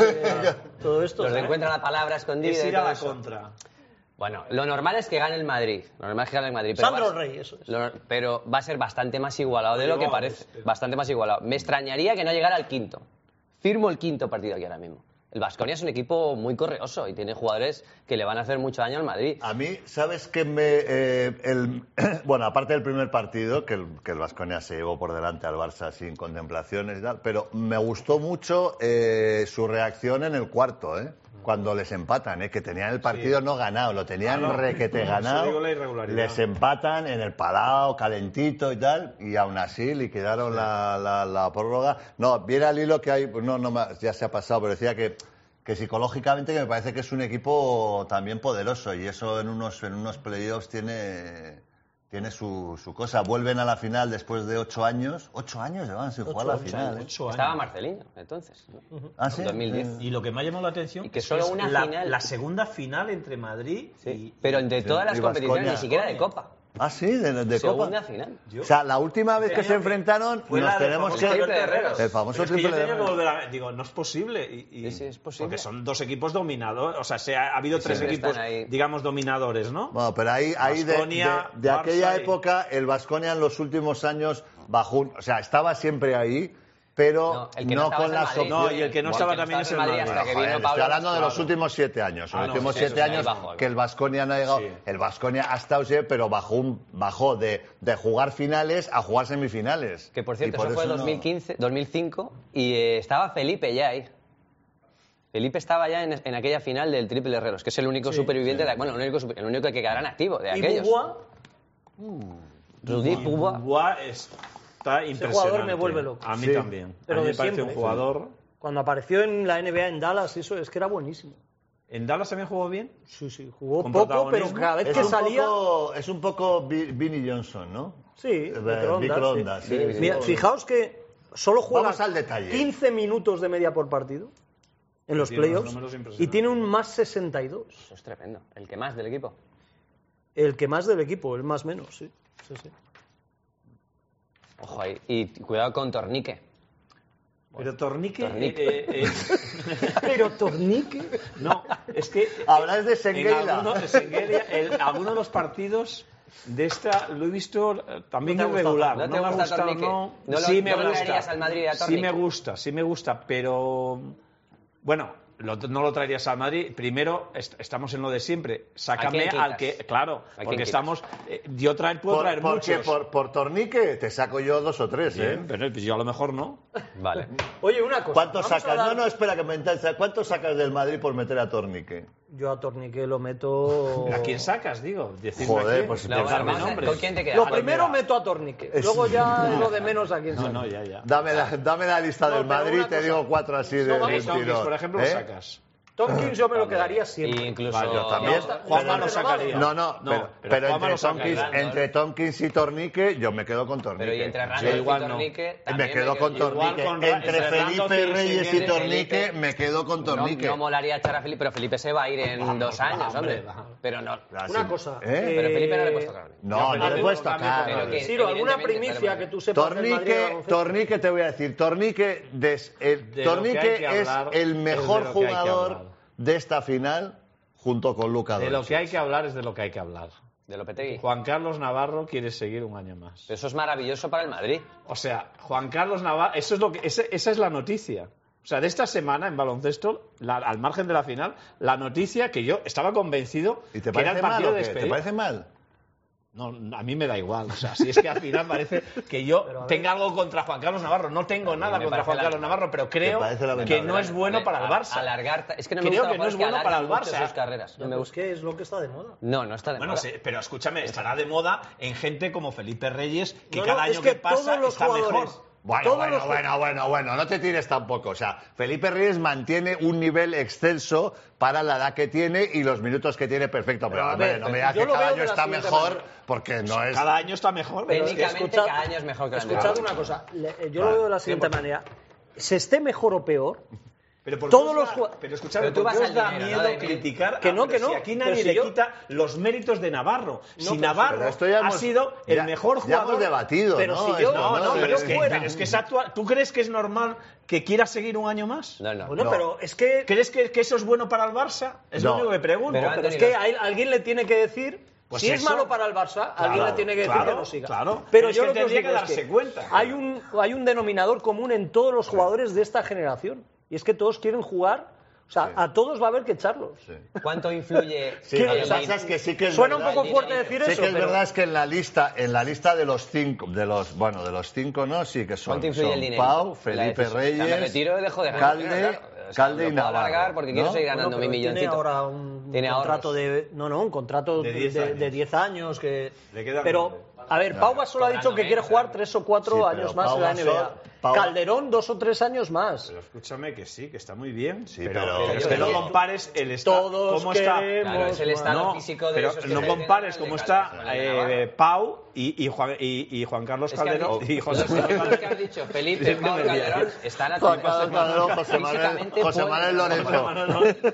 B: [LAUGHS]
F: eh, todo esto.
C: Los de
F: ¿sabes?
C: encuentran la palabra escondida.
D: Es
C: y
D: ir a
C: todo
D: la
C: eso.
D: contra.
C: Bueno, lo normal es que gane el Madrid. Lo normal es que gane el Madrid. Pero
F: Sandro
C: va-
F: Rey, eso es.
C: lo- pero va a ser bastante más igualado de
D: Oye,
C: lo que
D: vamos,
C: parece.
F: este-
D: pero-
C: Bastante más igualado. Me extrañaría que no llegara al quinto. Firmo el quinto partido aquí ahora mismo. El Vasconia es un equipo muy correoso y tiene jugadores que le van a hacer mucho daño al
F: Ah,
C: Madrid.
B: [LAUGHS] A mí, ¿sabes que me. eh, el, [CLEARS THROAT] bueno, aparte del primer partido, que el, que el Vasconia se llevó por delante al Barça sin contemplaciones y tal, pero me gustó mucho eh, su reacción en el cuarto, ¿eh? Cuando les empatan, ¿eh? Que tenían el partido no ganado, lo tenían
D: Ah, [LAUGHS] no.
B: requete
D: Eso digo
B: ganado.
D: la irregularidad.
B: Les empatan en el palao, calentito y tal, y aún así liquidaron la, la- la prórroga. No, viera el hilo que hay. pues No, no, me- ya se ha pasado, pero decía que que psicológicamente que me parece que es un equipo también poderoso y eso en unos en unos playoffs tiene tiene su, su cosa vuelven a la final después de ocho años ocho años llevan sin jugar la final ¿eh?
D: Ocho
C: Estaba
D: años.
C: Marcelino, entonces. ¿no?
B: ah sí
C: 2010.
B: Eh,
D: Y lo que me ha llamado la atención
C: Y que
D: es
C: solo
D: es
C: una
D: la,
C: final.
D: la segunda final entre Madrid y...
C: Pero de todas las
B: y
C: competiciones,
B: Baskonia.
C: ni siquiera de Copa.
B: ah sí de, de
C: Segunda
B: copa
C: final.
D: Yo-
B: o sea la última vez Pues que
D: Tenía
B: se enfrentaron
D: Eh, fue
B: nos
D: la del
B: tenemos
D: famoso
C: triple de
B: que
C: Herreros.
B: el
D: Pero
B: famoso
D: es que yo
B: triple de
D: tenía que
B: Herreros.
D: volver a- Digo, no es posible. Y, y-
C: Sí, sí, es posible.
D: Porque son dos equipos dominadores. O sea, se ha, ha habido
C: Sí,
D: tres
C: sí,
D: equipos,
C: están ahí.
D: digamos, dominadores, ¿no?
B: Bueno, pero ahí, ahí de,
D: Baskonia,
B: de- de aquella
D: Barça y-
B: época, el Vasconia en los últimos años bajó, un- o sea, estaba siempre ahí, pero
C: No, el
B: no,
C: que no estaba
B: con
C: es el
B: las
C: Madrid.
B: opciones.
D: No, y el que no
C: Igual
D: estaba
C: que no
D: también
C: estaba
D: es
C: en
D: el
C: Madrid
D: Madrid.
C: hasta que
B: Joder,
C: vino
B: estoy
C: Pablo
B: hablando de los
C: Lasso.
B: últimos siete años.
D: Ah,
B: los
D: no,
B: últimos
D: sí,
B: siete
C: eso sí,
B: años
C: ahí bajó, ahí
B: que el Vasconia no ha llegado.
D: Sí.
B: El Vasconia ha estado siempre, pero bajó, un- bajó de, de jugar finales a jugar semifinales.
C: Que por
B: Y
C: cierto, eso fue
B: no-
C: 2015, 2005 y eh, estaba Felipe ya ahí. Felipe estaba ya en, en aquella final del Triple Herreros, que es el único superviviente, de la- bueno, el único, super- el único que quedará en activo de
F: Y
C: aquellos.
F: Bugua,
C: Rudy Bugua.
D: Buah, es- está impresionante.
F: jugador me vuelve loco.
D: A mí
B: Sí.
D: también.
F: Pero
D: a mí me
F: de
D: parece
F: siempre,
D: un
F: ¿eh?
D: jugador...
F: cuando apareció en la NBA en Dallas, eso es que era buenísimo.
D: ¿En Dallas también jugó bien?
F: Sí, sí, jugó
D: Con
F: poco, pero
D: protagonismo.
F: cada vez
B: Es
F: que
B: un,
F: salía...
B: poco, es un poco Vi- Vinnie Johnson, ¿no?
F: Sí,
B: Eh,
F: microondas,
B: microondas, sí. Sí, sí.
F: Mira, fijaos que solo juega
B: Vamos al detalle.
F: 15 minutos de media por partido en los
D: Tiene unos
F: playoffs
D: números
F: y
D: impresionantes.
F: tiene un más 62,
C: Eso es tremendo. El que más del equipo.
F: el que más del equipo, el más menos, sí. sí, sí.
C: Ojo ahí. Y cuidado con Tornique.
D: Pero Tornique...
C: Tornique.
D: eh, eh, eh,
F: Pero Tornique,
D: no, es que... eh,
B: Habláis de
D: En
B: Sengueila.
D: alguno, Sengueila, en alguno de los partidos de esta lo he visto eh, también
C: ¿No te ha gustado?
D: irregular.
C: ¿No te
D: me ha
C: gusta
D: gustado,
C: Tornique?
D: no.
C: ¿No lo-
D: sí me
C: no lo traerías
D: gusta.
C: al Madrid a
D: sí me
C: Tornique?
D: gusta, sí me gusta, pero bueno, lo- no lo traerías al Madrid. Primero est- estamos en lo de siempre. Sácame
C: quién
D: al
C: quitas?
D: que, claro,
C: quién
D: porque
C: quitas?
D: estamos eh, yo traer puedo
B: Por-
D: traer
B: porque
D: muchos.
B: por, por tornique te saco yo dos o tres,
D: Bien,
B: ¿eh?
D: pero pues yo a lo mejor no.
C: Vale.
F: oye, una cosa.
B: ¿Cuánto
F: vamos a
B: sacas?
F: dar-
B: No, no, espera que me engancha. ¿Cuánto sacas del Madrid por meter a Tornique?
F: Yo a Tornique lo meto...
D: ¿A quién sacas, digo? Decidme
B: Oh. Joder,
D: quién.
B: pues,
C: No,
B: Te
C: vamos
D: darme
C: a-
D: nombres.
C: ¿Con quién te quedas?
F: Lo
C: Pues
F: primero
C: mira,
F: meto a Tornique,
D: [LAUGHS]
F: luego ya lo de menos a quién
D: No,
F: saca.
D: no, ya, ya.
B: Dame la, dame la lista
F: No,
B: del
F: pero
B: Madrid,
F: una
B: te
F: cosa.
B: digo cuatro así de,
F: vamos,
B: de
D: Tomkins,
B: tirón,
D: por ejemplo,
B: ¿eh?
D: lo sacas.
F: Tompkins yo me lo quedaría siempre.
C: Y incluso...
D: Vale, yo
B: También.
D: No, Juanma lo sacaría.
B: No, no,
D: No,
B: pero,
D: pero
B: pero
D: Juanma
B: entre,
D: lo saca,
B: Tomkins,
C: ¿verdad?
B: entre Tomkins y Tornique, yo me quedo con Tornique.
C: Pero y entre
D: Yo
C: Randolph y
D: igual no.
C: Tornique...
B: me
C: también
B: quedo con
D: igual
B: Tornique.
D: con Ra-
B: entre
D: entre
B: Felipe
D: Randolph y
B: Reyes y
D: Felipe.
B: Tornique, me quedo con
C: No,
B: Tornique.
C: no molaría echar a Felipe, pero Felipe se va a ir en dos años, hombre. Pero no.
B: Así-
F: Una cosa.
B: ¿Eh?
C: Pero Felipe no le he puesto
F: Eh,
C: claro.
B: No, no
D: Pero
B: le he
D: que-
B: puesto
D: pero
B: cara.
C: Pero que-
F: Ciro, ¿alguna
C: evidentemente,
F: primicia
C: vale, vale.
F: que tú sepas del Madrid Este de
B: Tornique,
F: baloncesto?
B: tornique, te voy a decir, Tornique, des- el-
D: De lo que hay
B: Tornique
D: que
B: es
D: hablar
B: el
D: es de
B: mejor
D: lo que hay que
B: jugador
D: hablar.
B: de esta final junto con Luca
D: De lo
B: Doncic.
D: que hay que hablar es de lo que hay que hablar.
C: De Lopetegui.
D: Juan Carlos Navarro quiere seguir un año más.
C: Eso es maravilloso para el Madrid.
D: O sea, Juan Carlos Navarro, eso es lo que, ese- esa es la noticia. O sea, de esta semana en baloncesto, la- al margen de la final, la noticia que yo estaba convencido
B: ¿Y te
D: que era el
B: parece mal
D: partido
B: o
D: de
B: qué? ¿Te
D: despedida.
B: parece mal?
D: No, a mí me da igual. O sea, si es que al final parece que yo tenga algo contra Juan Carlos Navarro. No tengo nada
C: me
D: contra
C: parece
D: Juan
C: la-
D: Carlos Navarro, pero creo
C: Me parece
D: que
C: lamentable.
D: no es bueno para el
C: A-
D: Barça.
C: Alargar. ta- Es que no me
D: creo
C: gusta
D: que no es
C: los jugadores
D: bueno para el
C: alargan mucho
D: Barça.
C: sus carreras. No me gusta.
F: ¿Qué es lo que está de moda?
C: No, no está de
D: Bueno,
C: moda.
D: sí, pero escúchame, estará de moda en gente como Felipe Reyes, que
F: No, no,
D: cada
F: es
D: año
F: que
D: que, pasa
F: todos los
D: está
F: jugadores-
D: mejor.
B: Bueno,
D: Todos
B: bueno,
D: los-
B: bueno, bueno, bueno, no te tires tampoco. O sea, Felipe Reyes mantiene un nivel excelso para la edad que tiene y los minutos que tiene perfecto. Pero,
D: Pero, a
B: hombre,
D: ver,
B: no me digas
D: yo
B: que
D: lo
B: cada
D: veo
B: año
D: de la
B: está
D: siguiente
B: mejor
D: manera. Pues
B: porque no es.
D: Cada año está mejor. pero es que-
C: Técnicamente
F: escuchad-
C: cada año es mejor que el
F: Escuchad
C: anterior.
F: una cosa, le- eh,
D: Vale,
F: yo lo veo de la siguiente manera. Se esté mejor o peor,
D: Pero por
F: Todos
D: qué os
F: los
D: da-
F: jua-
D: Pero escuchadme,
C: Pero tú
D: ¿por qué
C: vas
D: os
C: al
D: da
C: dinero,
D: miedo
C: ¿no, David?
D: criticar? a-
F: Que no,
D: pero
F: que no,
D: Si aquí
F: pero
D: nadie
F: si
D: le
F: yo-
D: quita los méritos de Navarro. si
F: pero-
D: Navarro
B: pero esto ya
D: ha
B: hemos-
D: sido el
B: ya-
D: mejor
B: ya
D: jugador.
B: hemos debatido,
D: pero
B: ¿no?
D: si yo,
B: Esto,
D: no,
B: ¿no?
D: no,
B: Pero
D: pero
B: es
D: es
B: que-
D: que, pero es que es actual. ¿Tú crees que es normal que quiera seguir un año más?
C: No, no.
F: bueno,
B: No.
F: pero es que,
D: ¿Crees que, que eso es bueno para el Barça? Es
B: No.
D: lo único que pregunto.
C: Pero
F: pero es
C: Anthony,
F: que
C: los-
F: a él- alguien le tiene que decir,
D: Pues
F: si es
D: eso-
F: malo para el Barça, alguien
D: Claro,
F: le tiene que decir
D: claro,
F: que no siga.
D: claro. Pero
F: Pero
D: es
F: yo
D: que
F: lo que os
D: tendría
F: digo
D: que
F: es que
D: darse cuenta.
F: hay un, hay un denominador común en todos los jugadores de esta generación, y es que todos quieren jugar, o sea, a todos va a haber que echarlos.
C: ¿Cuánto influye?
B: Sí,
F: ¿Qué?
B: lo que
F: O sea,
B: pasa es que sí que es
F: Suena un
B: verdad-
F: poco fuerte
C: dinero.
F: decir
B: Sí
F: eso,
B: que es
F: pero-
B: verdad es que en la lista, en la lista de los cinco, de los, bueno, de los cinco no, sí que son,
C: ¿Cuánto influye
B: son
C: el dinero?
B: Pau,
C: La
B: Felipe
C: decisión.
B: Reyes,
C: O sea, me retiro y dejo de ganar
B: Calde,
C: dinero, claro. O sea,
B: Calde
C: lo
B: y
C: puedo
B: Navarro.
C: alargar porque quiero
B: ¿no?
C: seguir ganando
F: Bueno,
C: mi
F: pero él
C: milloncito.
F: Tiene ahora un
C: Tiene ahorros.
F: contrato de. No, no, un contrato
D: De
F: de
D: 10
F: 10 años.
D: años.
F: que,
D: Le queda
F: pero,
D: grande.
F: a ver, Pau Gasol ha dicho
C: Cobrándome,
F: que quiere
C: claro.
F: jugar 3 o 4
B: Sí, pero
F: años más
B: Pau
F: en la
B: Gasol-
F: NBA.
B: Pau-
F: Calderón, 2 o 3 años más.
D: Pero escúchame que sí, que está muy bien.
B: Sí,
D: pero,
B: pero-
D: pero es que
C: pero- eh,
D: no compares el estado.
F: Todos
D: ¿Cómo está?
F: queremos
C: Claro, es el estado
D: no,
C: físico de
D: pero
C: esos que
D: no
C: se
D: compares
C: dicen,
D: cómo
C: de
D: está
C: Calderón, de
D: eh,
C: Navarro.
D: Pau y, y Juan, y, y Juan Carlos
C: Es que
D: Calderón
C: has dicho-
D: y José
C: los dos [LAUGHS]
D: Calderón.
C: que has dicho, Felipe, Pablo Calderón, están a
B: Juan Carlos Calderón, José Manuel, José Manuel Lorenzo.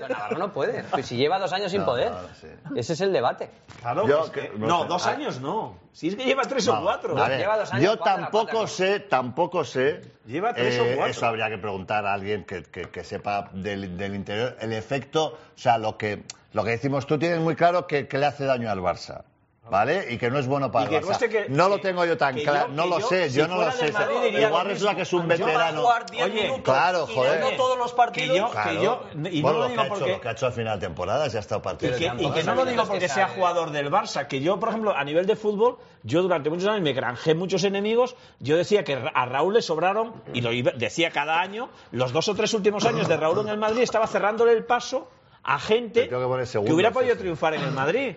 C: Navarro no puede. Pues si lleva dos años sin
B: No,
C: poder.
B: Navarro, sí.
C: Ese es el debate.
D: Claro,
B: Yo
D: es que-
B: que- no
D: no,
B: sé.
D: dos
B: Ah.
D: años no. Si es que lleva tres o
B: Vamos,
D: cuatro.
B: a ver,
C: Lleva dos años,
B: yo
C: cuatro,
B: tampoco
C: cuatro.
B: sé, tampoco sé. Eh,
D: Lleva tres o cuatro.
B: Eso habría que preguntar a alguien que, que- que sepa del, del interior el efecto, o sea, lo que lo que decimos tú tienes muy claro que, que le hace daño al Barça. ¿Vale? Y que no es bueno para
D: Y que
B: el Barça.
D: conste que-
B: no lo
D: que-
B: tengo yo tan
D: que
B: claro,
D: yo-
B: no
D: que
B: lo
D: yo,
B: sé,
D: si
B: yo no lo
D: fuera
B: sé.
D: del Madrid, diría
B: Igual
D: lo
B: resulta
D: mismo.
B: que es un
D: Yo para
B: veterano.
D: jugar 10 minutos
B: claro,
F: y
B: joder.
F: ganó todos los partidos.
D: Que yo-
B: Claro.
D: yo- y no
B: Bueno,
D: lo
B: lo,
D: digo
B: que ha hecho,
D: porque-
B: lo que ha hecho al final de temporada, si ha estado
D: Y
B: partido.
D: que,
C: tampoco
D: y que
C: son
D: no lo
C: los
D: digo
C: que
D: porque sea
C: saben.
D: jugador del Barça, que yo, por ejemplo, a nivel de fútbol, yo durante muchos años me granjé muchos enemigos, yo decía que a Raúl le sobraron, y lo iba- decía cada año, los dos o tres últimos años de Raúl en el Madrid estaba cerrándole el paso a gente
B: Te tengo que poner segundo,
D: hubiera
B: sí,
D: podido
B: sí.
D: triunfar en el Madrid.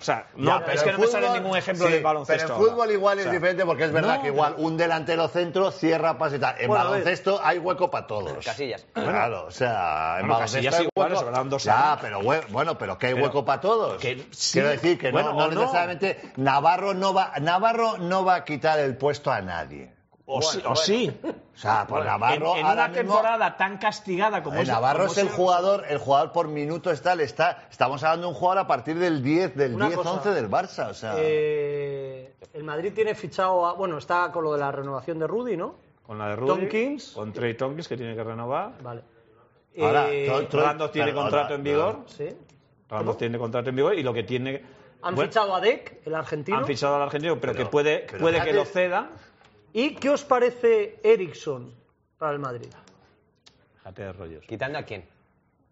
D: O sea, no,
B: Ya,
D: pero es que
B: en
D: no me sale
B: fútbol,
D: ningún ejemplo
B: sí,
D: del baloncesto.
B: Pero en
D: ahora.
B: fútbol igual es
D: O sea,
B: diferente porque es verdad
D: no,
B: que igual un delantero centro cierra pases y tal. En
F: Bueno, a ver.
B: baloncesto hay hueco para todos.
C: Casillas.
B: Claro, o sea, en
D: Bueno,
B: baloncesto
D: Casillas
B: hay
D: igual,
B: hueco-
D: sobraron dos
B: Ya,
D: años.
B: pero hue- bueno, pero que hay
D: Pero-
B: hueco para todos.
D: que sí,
B: Quiero decir que no-
D: bueno,
B: no,
D: o no.
B: necesariamente Navarro no va Navarro no va a quitar el puesto a nadie.
D: O, sí, o sí.
B: O sea, por
D: En,
B: Navarro
D: en
B: ahora
D: una
B: mismo-
D: temporada tan castigada como
B: eh,
D: es
B: Navarro
D: como
B: es el
D: es-
B: jugador, el jugador por minuto está, le está, estamos hablando de un jugador a partir del 10, del
F: Una
B: 10,
F: cosa.
B: 11 del Barça, o sea.
F: Eh, el Madrid tiene fichado a. Bueno, está con lo de la renovación de Rudy, ¿no?
D: Con la de Rudy,
F: Tompkins.
D: con Trey Tompkins que tiene que renovar.
F: Vale.
B: Ahora,
F: Eh,
B: Troy- Troy-
D: Randolph tiene
B: perdona,
D: contrato en
B: perdona.
D: vigor.
F: sí.
D: Ramos tiene contrato en vigor y lo que tiene.
F: Han
D: Bueno,
F: fichado a Deck, el argentino.
D: han fichado al argentino, pero,
B: Pero-
D: que puede,
B: pero
D: puede que
B: fíjate-
D: lo ceda.
F: ¿Y qué os parece Ericsson para el Madrid?
D: Fíjate de rollos.
C: ¿Quitando a quién?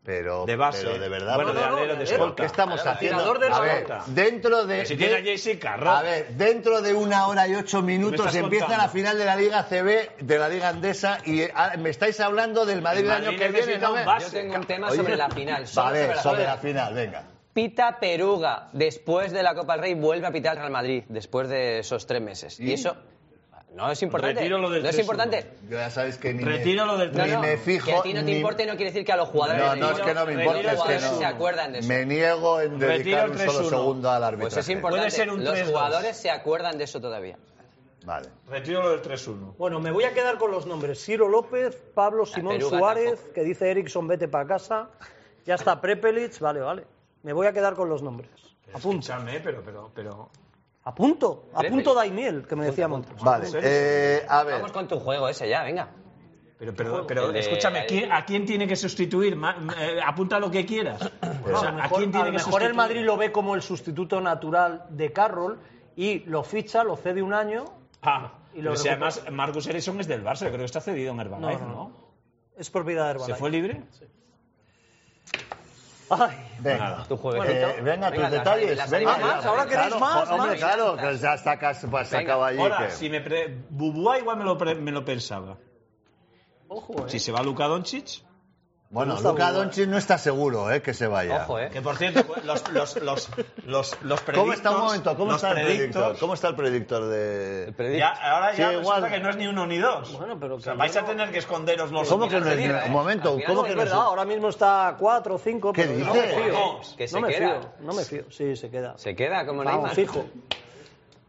B: Pero,
D: De base.
B: pero de verdad,
D: Bueno,
B: pero-
D: de
F: no, no,
D: alero, de
F: de alero.
D: escolta.
B: ¿Qué estamos
F: Claro,
B: haciendo?
F: tirador de
B: A ver,
F: escolta.
B: dentro de...
D: Pero si tiene a
B: de-
D: JC Carroll.
B: a ver, dentro de una hora y ocho
D: ¿Me
B: minutos
D: estás
B: empieza
D: contando?
B: la final de la Liga CB, de la Liga Andesa, y eh, ah, me estáis hablando del Madrid el
D: Madrid
B: año que
D: necesita
B: viene. ¿no
D: un
B: me-
D: base.
C: Yo tengo un tema
B: Oye,
C: sobre la final. solo
B: Vale,
C: sobre la
B: sobre
C: final.
B: la final, venga.
C: Pita Peruga, después de la Copa del Rey, vuelve a pitar al Real Madrid, después de esos tres meses. Y, eso no es importante.
D: Retiro lo del
C: no es
D: 3-1.
C: importante.
B: Yo ya sabes que ni
D: Retiro
B: me,
D: lo del
B: ni
D: tren.
B: me fijo...
C: que a ti no te
B: ni-
C: importe no quiere decir que a los jugadores
B: No,
C: les
B: no, es que no me
C: importe,
B: importa,
C: los
B: es que
C: jugadores
B: no.
C: se acuerdan de eso.
B: Me niego en
D: Retiro
B: dedicar
D: el
B: un solo
D: 3-1.
B: segundo al árbitro.
C: Pues es importante.
D: Puede ser un
C: los
D: 3-2.
C: jugadores se acuerdan de eso todavía.
B: Vale.
D: Retiro lo del 3-1.
F: Bueno, me voy a quedar con los nombres. Ciro López, Pablo Simón
C: Peruga
F: Suárez,
C: tampoco.
F: que dice Ericsson, vete para casa. Ya está Prepelic, vale, vale. Me voy a quedar con los nombres. Apunto.
D: Escúchame, eh, pero, pero, pero.
F: Apunto. Apunto
C: Prepelic.
D: Pues
F: Daimiel, que me decía Montes. Pues-
B: Vale, eh, a ver.
C: Vamos con tu juego ese ya, venga.
D: Pero, pero, pero
C: El de-
D: escúchame, ¿a quién, a quién tiene que sustituir? Ma- eh, apunta lo que quieras.
F: Bueno,
D: O sea,
F: a lo
D: ¿a
F: mejor,
D: quién
F: a
D: tiene
F: lo
D: que
F: mejor el
D: sustituir?
F: Madrid lo ve como el sustituto natural de Carroll y lo ficha, lo cede un año.
D: Ah,
F: Y lo
D: pero si
F: recupera.
D: además Marcus Ericsson es del Barça, yo creo que está cedido en Herbalife,
F: No,
D: ¿no?
F: no, Es propiedad de Herbalife.
D: ¿Se fue libre?
F: Ay,
B: Venga,
D: Tú jueves.
B: Eh,
D: Bueno,
B: venga, tus
D: venga, la-
B: detalles.
D: las
B: venga,
D: animas,
B: ya.
D: ahora queréis
B: Claro,
D: más,
B: Hombre,
D: más.
B: claro, que ya está casi pues, sacado allí.
D: Ahora,
B: que-
D: si me pre... Bubuá igual me lo, pre- me lo pensaba.
C: Ojo,
F: eh.
D: Si se va Luka Doncic...
B: Bueno,
D: gusta
B: Luca
D: Bubu, eh.
B: Doncic no está seguro eh, que se vaya.
D: Ojo, eh. Que por cierto, los, los, los, los, los predictos...
B: ¿Cómo está un momento? ¿Cómo
D: los
B: está el predictor?
D: predictos-
B: ¿Cómo está el predictor de...?
D: Ya, ahora ya
B: Sí,
D: resulta
B: igual.
D: que no es ni uno ni dos.
F: Bueno, pero
D: O sea,
F: que
D: vais
F: yo
D: a tener que esconderos los
B: ¿Cómo que no es ni- un momento, ¿cómo
F: no,
B: que
F: eh. es
B: no es-
F: verdad, ahora mismo está a cuatro o cinco.
B: ¿Qué
F: pero
B: dices?
F: No me fío.
C: Vamos, que se
F: no me
C: queda.
F: fío, no me fío. Sí, se queda.
C: Se queda como
F: Vamos,
C: Neymar.
F: fijo.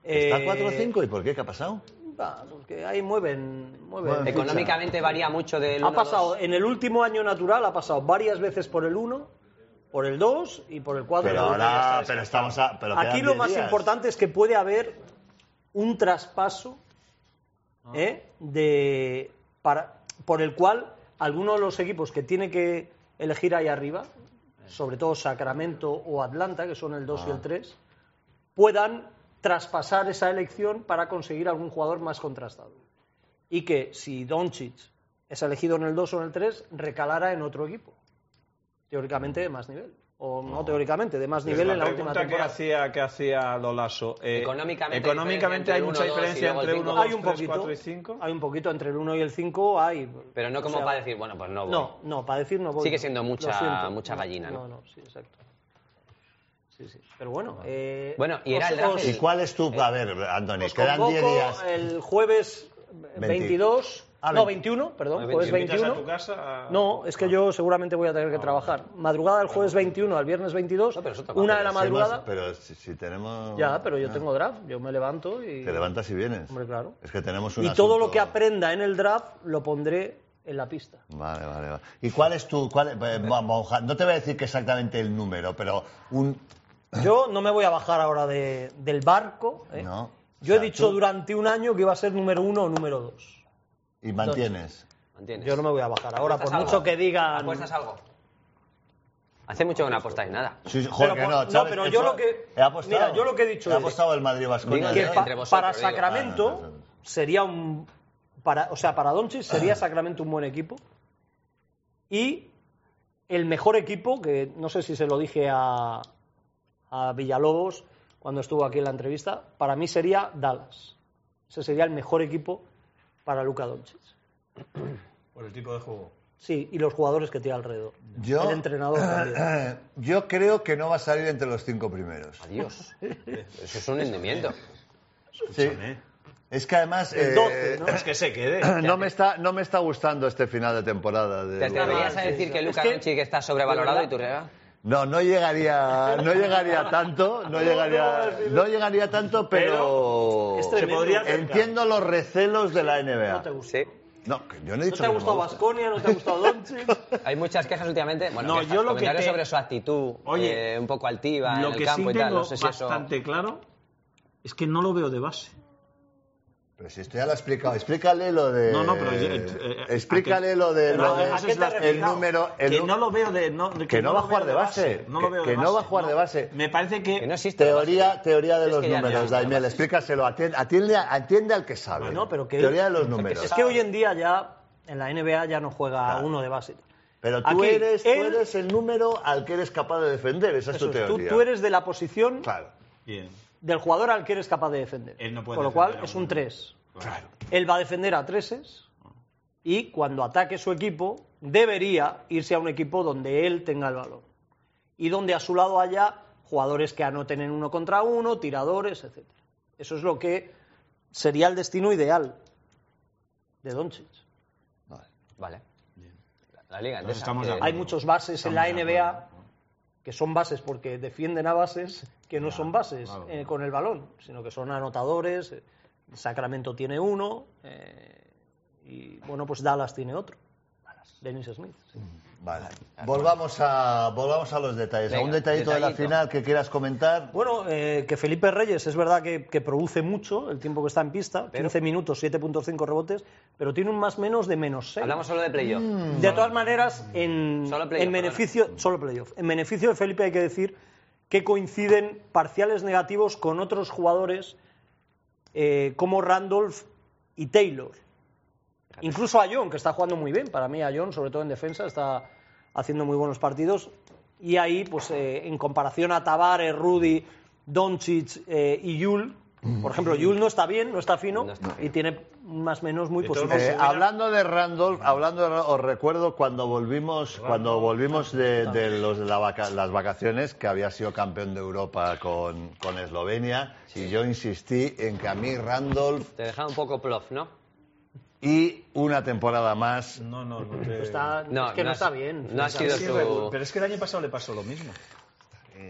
B: ¿Está
F: Eh,
B: 4 o 5? ¿Y por qué? ¿Qué ha pasado?
F: va, Porque ahí mueven. mueven
B: Bueno,
F: ficha.
C: Económicamente varía mucho del
F: Ha
C: uno,
F: pasado, eh.
C: dos.
F: en el último año natural ha pasado varias veces por el 1, por el 2 y por el 4.
B: Pero ahora, pero estamos a, pero
F: Aquí
B: quedan
F: lo
B: 10
F: más
B: días.
F: importante es que puede haber un traspaso
D: Ah.
F: ¿eh? de, para, por el cual alguno de los equipos que tiene que elegir ahí arriba,
D: Eh.
F: sobre todo Sacramento o Atlanta, que son el 2 y
D: Ah.
F: el 3, puedan traspasar esa elección para conseguir algún jugador más contrastado. Y que si Doncic es elegido en el 2 o en el 3, recalara en otro equipo. Teóricamente de más nivel. O no teóricamente, de más nivel
D: Ah. la
F: en la última
D: pregunta que
F: temporada.
D: hacía, que hacía Lolaso. eh,
C: Económicamente
D: económicamente
C: diferencia
D: hay
C: entre uno,
D: mucha
C: dos y
D: diferencia
C: luego el
D: entre
C: cinco.
D: 1,
F: Hay un
D: 2, 3, 4
F: poquito,
D: y 5.
F: hay un poquito entre el 1 y el 5, hay...
C: Pero no como
F: o sea,
C: para decir, bueno, pues no voy.
F: No, no, para decir no voy.
C: Sigue
F: no.
C: siendo
F: Lo
C: mucha-
F: siento.
C: mucha gallina, ¿no?
F: No, no, sí, exacto. Sí, sí. Pero bueno... eh,
C: Bueno, y era
F: os-
C: el draft
F: os-
B: ¿Y cuál es tu...? A ver, Antonio,
F: os
B: quedan 10
F: eh, convoco
B: días.
F: el jueves 22...
B: Ah,
F: no,
B: 20.
F: 21,
C: Ah,
F: perdón,
C: 20.
F: jueves
C: ¿Me
D: ¿Invitas a tu
F: 21.
D: casa? a-
F: No, es que yo seguramente voy a tener
C: Ah,
F: que trabajar. Madrugada del jueves 21 al viernes 22,
C: pero eso trabaja,
F: una de la
B: Si hemos-
F: madrugada.
B: Pero si, si tenemos...
F: Ya, pero yo
B: Ah,
F: tengo draft, yo me levanto y...
B: Te levantas y vienes.
F: Hombre, claro.
B: Es que tenemos un
F: Y todo
B: asunto-
F: lo que aprenda en el draft lo pondré en la pista.
B: Vale, vale, vale. ¿Y cuál es tu...? Cuál, eh, vamos, no te voy a decir que exactamente el número, pero un...
F: Yo no me voy a bajar ahora de- del barco. ¿eh?
B: No.
F: Yo
B: O
F: he
B: sea,
F: dicho
B: tú-
F: durante un año que iba a ser número uno o número dos.
B: Y mantienes.
C: ¿Entiendes?
F: Yo no me voy a bajar ahora, por
C: ¿Apuestas
F: mucho
C: algo?
F: que digan...
C: ¿Apuestas algo? Hace mucho que no apostáis nada.
B: Sí, sí, joder,
F: Pero
B: que
F: por-
B: no,
F: no,
B: ¿sabes
F: pero
B: qué
F: yo
B: fue?
F: lo que-
B: He apostado.
F: mira, yo lo que he dicho
B: He
F: es-
B: apostado el Madrid Vasconia.
F: que
C: Digo,
F: pa-
C: entre vosotros,
F: para
C: digo.
F: Sacramento
B: Ah, no, no, no.
F: sería un... Para, o sea, para
B: [CLEARS THROAT]
F: Doncic sería Sacramento un buen equipo. Y el mejor equipo, que no sé si se lo dije a, a Villalobos cuando estuvo aquí en la entrevista, para mí sería Dallas. Ese sería el mejor equipo para Luka Doncic.
D: Por el tipo de juego.
F: Sí, y los jugadores que tiene alrededor.
B: Yo,
F: El
B: [CLEARS THROAT]
F: entrenador también.
B: yo creo que no va a salir entre los cinco primeros.
C: Adiós. Eso es un hundimiento.
B: Sí.
D: Escúchame.
B: Es que además eh,
F: ¿eh?
B: [CLEARS THROAT]
F: doce,
D: Es que se quede.
B: no me está no me está gustando este final de temporada. de
C: ¿Te atreverías
B: Luka
C: a
B: Doncic.
C: decir que
F: Es
C: Luka
F: que-
C: Doncic está sobrevalorado
F: de
C: y tú rega?
B: No, no llegaría no llegaría tanto, no llegaría no llegaría tanto, pero
F: Es
D: Se
F: tremendo.
D: podría acercar.
B: entiendo los recelos de la
F: No
B: NBA.
F: te gusta.
C: Sí.
B: No, que yo no he
F: No
B: dicho
F: te ha
B: que no me
F: gustado
B: gusta.
F: Vasconia, no te
B: [LAUGHS]
F: ha gustado Doncic.
C: Hay muchas quejas últimamente. Bueno,
D: No,
C: quejas,
D: yo lo que
C: comentarios
D: te-
C: sobre su actitud,
D: Oye,
C: eh, un poco altiva
D: Lo
C: en el
D: que sí
C: campo y tal.
D: tengo
C: No sé si eso.
D: bastante claro es que no lo veo de base.
B: Pero si esto ya lo ha explicado, explícale lo de.
D: No, no, pero yo- eh, eh,
B: explícale lo de.
D: Pero
B: lo
D: a-
B: de-
D: a qué te has
B: el
D: refirido?
B: número. El
D: que
B: nu-
D: no lo veo de no, que,
B: no va a
D: lo
B: jugar
D: veo
B: de base,
D: No lo
B: que-
D: veo
B: que
D: de
B: no
D: base,
B: va a jugar de base.
D: Me parece que,
C: Que no existe.
B: Teoría, teoría de
C: Es
B: los
C: que ya no
B: números,
C: existe la
B: Daimiel.
C: base.
B: Explícaselo. atien- Atiende, a- atiende al que sabe.
F: No, pero que-
B: Teoría de los números.
F: Es que hoy en día ya en la NBA ya no juega
B: Claro.
F: uno de base.
B: Pero tú,
F: Aquí,
B: eres, tú
F: él-
B: eres el número al que eres capaz de defender. Esa es tu
F: Eso es, tú,
B: teoría.
F: tú eres de la posición
B: Claro.
D: Bien.
F: del jugador al que eres capaz de defender.
D: Él no puede
F: Con lo
D: defender
F: cual
D: a
F: es
D: uno.
F: un 3.
D: Claro.
F: Él va a defender a treses y cuando ataque su equipo debería irse a un equipo donde él tenga el balón y donde a su lado haya jugadores que anoten en uno contra uno, tiradores, etc. Eso es lo que sería el destino ideal de Doncic.
C: Vale. La- La liga.
D: Nos
C: Endesa, Eh,
D: estamos
C: que-
D: de
F: Hay
D: acuerdo.
F: muchos bases en
D: Estamos
F: la
D: de
F: NBA
D: acuerdo.
F: que son bases porque defienden a bases que no son bases
D: claro,
F: eh,
D: claro.
F: con el balón, sino que son anotadores. eh, Sacramento tiene uno eh, y, bueno, pues Dallas tiene otro. Dennis Smith. sí.
B: Vale. Volvamos a, volvamos a los detalles. ¿A un
F: Venga,
B: detallito, de la
F: detallito.
B: final que quieras comentar?
F: Bueno, eh, que Felipe Reyes es verdad que, que produce mucho el tiempo que está en pista, 15 minutos, 7.5 rebotes, pero tiene un más menos de menos 6.
C: Hablamos solo de playoff.
F: Mm. De todas maneras, en, en beneficio, solo playoff. En beneficio de Felipe hay que decir que coinciden parciales negativos con otros jugadores eh, como Randolph y Taylor. Incluso a John, que está jugando muy bien. Para mí, a John, sobre todo en defensa, está haciendo muy buenos partidos. Y ahí, pues, eh, en comparación a Tavares, Rudy, Doncic eh, y Yul, por ejemplo, Yul no está bien, no está fino, y tiene más menos muy positivo.
B: Eh, hablando de Randolph, hablando de Ra- os recuerdo cuando volvimos, cuando volvimos de, de los, de la vaca- las vacaciones, que había sido campeón de Europa con, con Eslovenia, y yo insistí en que a mí Randolph
C: Te dejaba un poco plof, ¿no?
B: y una temporada más.
D: No, no, no.
F: Está-
C: No, es que no no está bien. no ha sido
D: Sí,
C: su-
D: Raúl, Pero es que el año pasado le pasó lo mismo.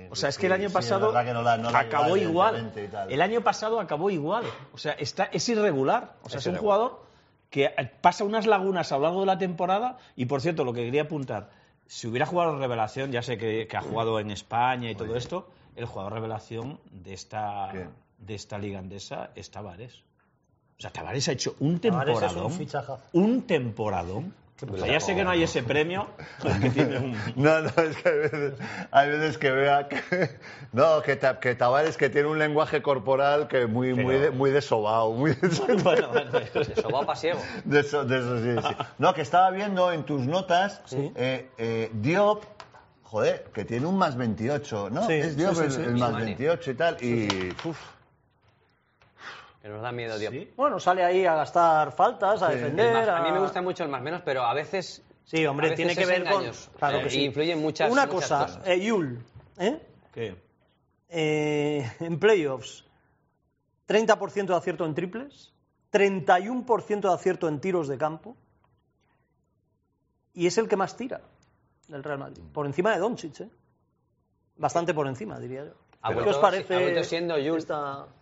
D: O sea, es que el
B: sí,
D: año
B: sí,
D: pasado
B: es verdad que no la- no la
D: acabó
B: iguala,
D: igual.
B: evidentemente, y tal.
D: El año pasado acabó igual. O sea, está, es irregular. O sea,
B: Es
D: es, un
B: irregular.
D: jugador que eh, pasa unas lagunas a lo largo de la temporada. Y por cierto, lo que quería apuntar, si hubiera jugado Revelación, ya sé que, que ha jugado en España y todo esto, el jugador Revelación de esta, de esta liga andesa es Tavares. O sea, Tavares ha hecho un
F: Tavares es
D: temporadón.
F: un fichajazo.
D: un temporadón. O sea, ya sé que no hay ese
B: [LAUGHS]
D: premio, que tiene un
B: No, no, es que hay veces, hay veces que vea que. [LAUGHS] No, que, Ta- que Tavares que tiene un lenguaje corporal que muy, muy, de, muy de sobao, muy de-
D: Bueno, bueno,
C: [LAUGHS] Sobao pasiego.
B: De eso, de eso sí, sí. No, que estaba viendo en tus notas eh, eh, Diop, joder, que tiene un más 28, ¿no?
C: Sí,
B: es Diop
C: sí, sí,
B: el,
C: sí.
B: el más
C: Vale.
B: 28 y tal, y uf,
C: Que nos da miedo, tío.
F: Bueno, sale ahí a gastar faltas, a
C: Sí.
F: defender.
C: El más- a mí me
F: a-
C: gusta mucho el más menos, pero a veces.
F: Sí, hombre,
C: a veces
F: tiene que
C: es
F: ver con.
C: engaños.
F: Claro que
C: Eh,
F: sí.
C: y influyen muchas,
F: Una
C: muchas
F: cosa,
C: cosas.
F: eh, Yul, ¿eh? Eh, en playoffs, 30% de acierto en triples, 31% de acierto en tiros de campo, y es el que más tira del Real Madrid. Por encima de Doncic, ¿eh? Bastante por encima, diría yo.
C: Ha
F: ¿Qué
C: vuelto-
F: os
C: ha vuelto
F: parece?
C: siendo Yul.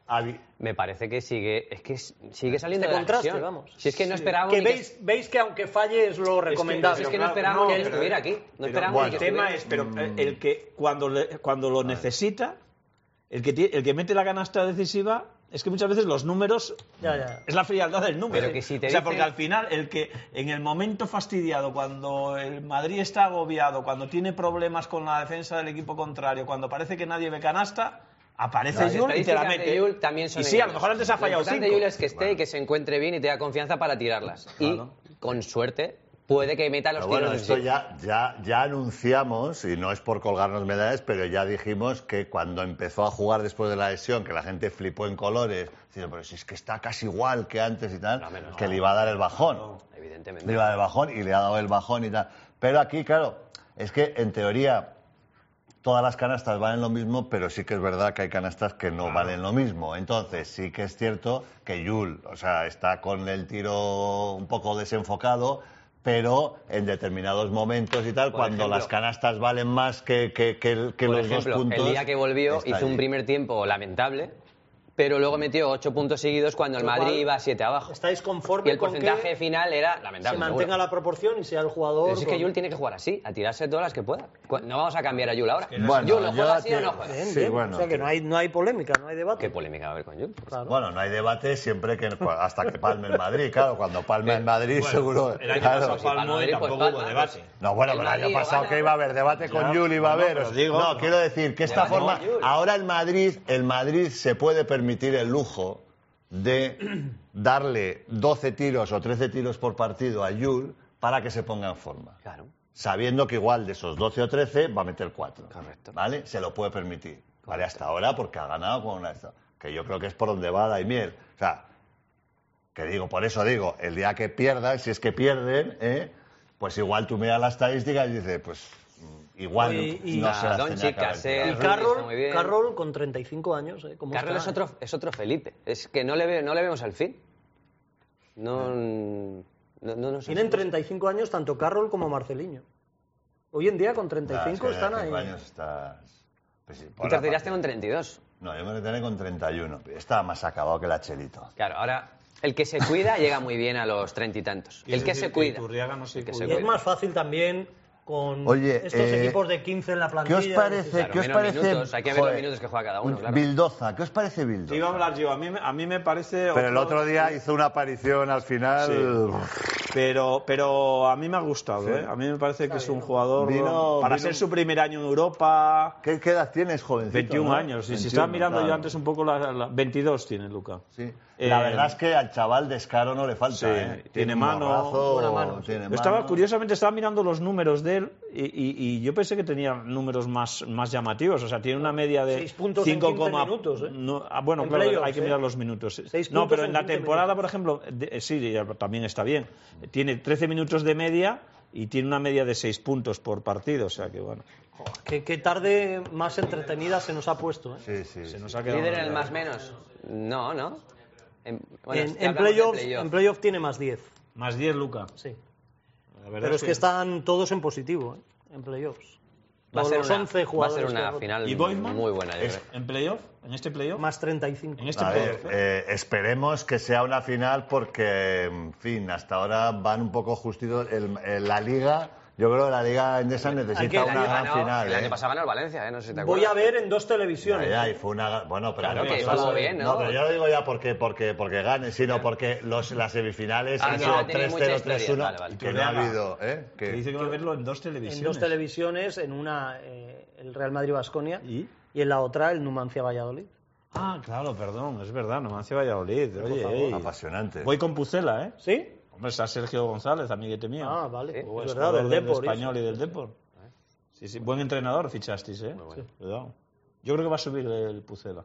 B: Abi-
C: Me parece que sigue, es que s- sigue saliendo
F: Este
C: de la
F: contraste,
C: lesión.
F: vamos.
C: Si es que no
F: Sí.
C: esperábamos
F: Que
C: ni que-
F: veis, veis que aunque falle es lo recomendable.
C: es que no esperábamos que él estuviera aquí. No esperábamos
D: el
C: ni que
D: tema
C: estuviera.
D: es,
B: Mm.
D: pero eh, el que cuando, le- cuando lo necesita, el que, tie- el que mete la canasta decisiva, es que muchas veces los números
F: Ya, ya.
D: es la frialdad del número.
C: Pero que si te
D: o sea,
C: dice-
D: porque al final, el que en el momento fastidiado, cuando el Madrid está agobiado, cuando tiene problemas con la defensa del equipo contrario, cuando parece que nadie ve canasta, aparece
C: Las
D: Yul y te
C: estadísticas
D: la
C: de
D: mete.
C: Yul también son
D: y sí, a lo
C: engañosas.
D: mejor antes ha fallado
C: Lo importante de
D: cinco.
C: Yul es que esté y que se encuentre bien y tenga confianza para tirarlas. Y con suerte puede que meta los
B: Pero bueno,
C: tiros.
B: esto ya, ya, ya anunciamos, y no es por colgarnos medallas, pero ya dijimos que cuando empezó a jugar después de la lesión, que la gente flipó en colores, diciendo, pero si es que está casi igual que antes y tal, que le iba a dar el bajón.
C: Evidentemente.
B: Le iba a dar el bajón y le ha dado el bajón y tal. Pero aquí, claro, es que en teoría todas las canastas valen lo mismo, pero sí que es verdad que hay canastas que no valen lo mismo. Entonces, sí que es cierto que Yul, o sea, está con el tiro un poco desenfocado, pero en determinados momentos y tal,
C: Por
B: cuando
C: ejemplo-
B: las canastas valen más que, que- que- que
C: Por
B: los
C: ejemplo,
B: dos puntos.
C: el día que volvió
B: está
C: hizo un
B: allí.
C: primer tiempo lamentable, pero luego metió ocho puntos seguidos cuando el
F: Lo cual-
C: Madrid iba siete abajo.
F: ¿Estáis
C: Y
F: conformes
C: el
F: con
C: porcentaje
F: que
C: final era lamentable.
F: se mantenga
C: seguro.
F: la proporción y sea el jugador?
C: Pero si es que
F: con-
C: Yul tiene que jugar así, a tirarse todas las que pueda. Cu- No vamos a cambiar a Yul ahora.
B: Bueno,
C: Yul, ¿lo
B: yo
C: juega así
B: te-
C: o no juega?
B: Bien, Sí, bien. bueno.
F: O sea que no hay, no hay polémica, no hay debate.
C: ¿Qué polémica va a haber con Yul?
B: Bueno, no hay debate siempre que hasta que palme en Madrid, claro. Cuando palme
C: Eh,
B: en Madrid,
D: Bueno,
B: seguro.
D: el año
B: claro.
D: pasado palmó y
C: Palma Madrid, pues
D: tampoco
C: palma,
D: hubo
C: pues.
D: debate.
B: No, bueno,
C: El
B: pero el año
C: Madrid lo
B: pasado
C: gana.
B: que iba a haber debate con Yul, iba a
D: no,
B: haber.
D: pero
B: o sea,
D: digo-
B: no, quiero decir que esta
C: Debate con
B: forma.
C: Yul.
B: Ahora el Madrid, el Madrid se puede permitir el lujo de darle 12 tiros o 13 tiros por partido a Yul para que se ponga en forma.
C: Claro.
B: Sabiendo que igual de esos 12 o 13 va a meter 4.
C: Correcto.
B: ¿Vale? Se lo puede permitir. Vale, hasta ahora porque ha ganado con una. Que yo creo que es por donde va Daimiel. O sea, que digo, por eso digo, el día que pierdan, si es que pierden, ¿eh? pues igual tú miras la estadística y dices, pues mm, igual
F: Oye, y-
B: no
F: Ah,
B: se las
C: Don
B: tenía que haber
C: Chicas,
B: tirado.
C: eh,
F: Y
C: Rudy está muy
F: Carroll,
C: bien.
F: Carroll con 35 años, ¿eh? ¿Cómo
C: Carroll
F: está,
C: es
F: eh?
C: otro, es otro Felipe. Es que no le, ve- no le vemos al fin. No, no, no, no sé.
F: Tienen 35 años tanto Carroll como Marceliño. Hoy en día con
B: Nah, es
F: 35
B: que
F: están
B: de
F: ahí.
B: Ah, cinco años estás- pues sí, por
C: Tú te
B: la
C: retiraste
B: parte-
C: con 32.
B: No, yo me retiré con 31. Estaba más acabado que la Chelito.
C: Claro, ahora el que se [LAUGHS] cuida llega muy bien a los treinta y tantos. El que se cuida.
D: Iturriaga no se
C: El que
D: cuida.
C: se
F: Y es
C: cuida.
F: más fácil también con
B: Oye,
F: estos
B: eh,
F: equipos de 15 en la plantilla.
B: ¿Qué os parece?
C: Claro,
B: ¿qué os
C: menos
B: parece
C: minutos, hay que ver los
B: joder,
C: minutos que juega cada uno, claro.
B: Bildoza, ¿qué os parece Bildoza?
D: Sí, iba a hablar yo. A mí, me- a mí me parece.
B: Pero el otro día hizo una aparición al final.
D: Pero, pero a mí me ha gustado, ¿eh? A mí me parece que es un jugador.
B: Vino-
D: para
B: vino-
D: ser su primer año en Europa.
B: ¿Qué, qué edad tienes, jovencito?
D: 21
B: no?
D: años. Y si
B: 21,
D: estaba mirando
B: claro.
D: yo antes un poco, la, la- 22 tiene Luca.
B: Sí.
D: Eh,
B: la verdad es que al chaval descaro no le falta.
D: Sí,
B: ¿eh?
D: tiene, mano.
B: morrazo,
D: buena mano, sí.
B: tiene
D: Yo estaba,
B: mano.
D: Curiosamente estaba mirando los números de él y, y- y yo pensé que tenía números más, más llamativos. O sea, tiene una media de
F: Seis puntos en
D: 5,
F: 15 minutos, ¿eh?
D: no- ah, bueno,
F: En
D: claro, hay
F: playoffs,
D: que
F: ¿eh?
D: mirar los minutos.
F: Seis
D: no,
F: puntos
D: pero
F: en
D: en la
F: 15
D: temporada, por ejemplo, de- eh, sí, ya también está bien. Tiene 13 minutos de media y tiene una media de 6 puntos por partido. O sea que bueno.
F: Qué, qué tarde más entretenida se nos ha puesto. ¿eh?
D: Se nos ha quedado.
C: Líder en el más menos. No, no. En, bueno,
F: en,
C: es que
F: en
C: hablamos de
F: playoffs,
C: playoff.
F: en playoff tiene más 10.
D: Más 10, Luca.
F: Sí.
D: La verdad
F: Pero es que están todos en positivo ¿eh? en playoffs.
C: Va a
F: Todos
C: ser
F: los
C: una-
F: 11
C: va a ser
F: jugadores
C: una
F: que-
C: final
D: ¿Y Boisman?
C: muy buena, yo
D: Es-
C: creo.
D: ¿En playoff? ¿En este playoff?
F: Más 35.
D: En este
B: A ver,
D: playoff.
B: eh, esperemos que sea una final porque, en fin, hasta ahora van un poco justitos. El- el- la liga, yo creo que la liga endesa
C: Hay
B: necesita
C: que- el
B: una
C: año
B: gran
C: ganado-
B: final.
C: El año
B: ¿eh?
C: pasado ganó el Valencia, ¿eh? No sé si te acuerdas.
F: Voy a ver en dos
B: Ya,
F: televisiones.
B: ya, y fue una... Bueno, pero...
C: ¿eh? Claro que
B: yo
C: estuvo
B: lo-
C: bien, ¿no?
B: pero yo lo digo ya porque, porque, porque gane, sino porque los, las semifinales
C: Ah,
B: han
C: no,
B: sido
C: ha tenido mucha
B: 3-0, 3-1,
C: historia. Vale, vale.
B: que no ha habido... ¿eh? Que-
D: Que dice que va a verlo en dos televisiones.
F: en dos televisiones, en una eh, el Real Madrid Basconia
D: ¿Y?
F: y en la otra el Numancia Valladolid.
D: Ah, claro, perdón, es verdad, Numancia Valladolid. Oye,
F: favor.
D: ey.
B: Apasionante.
D: voy con Pucela, ¿eh?
F: ¿Sí?
D: Hombre, está Sergio González, amiguete mío.
F: Ah, vale.
D: Oh,
F: es
D: es
F: verdad,
D: jugador
F: del
D: del
F: Depor.
D: español
F: eso.
D: y del Depor. Sí, sí, buen entrenador fichasteis, ¿eh?
C: bueno.
D: Cuidado. Yo creo que va a subir el Pucela.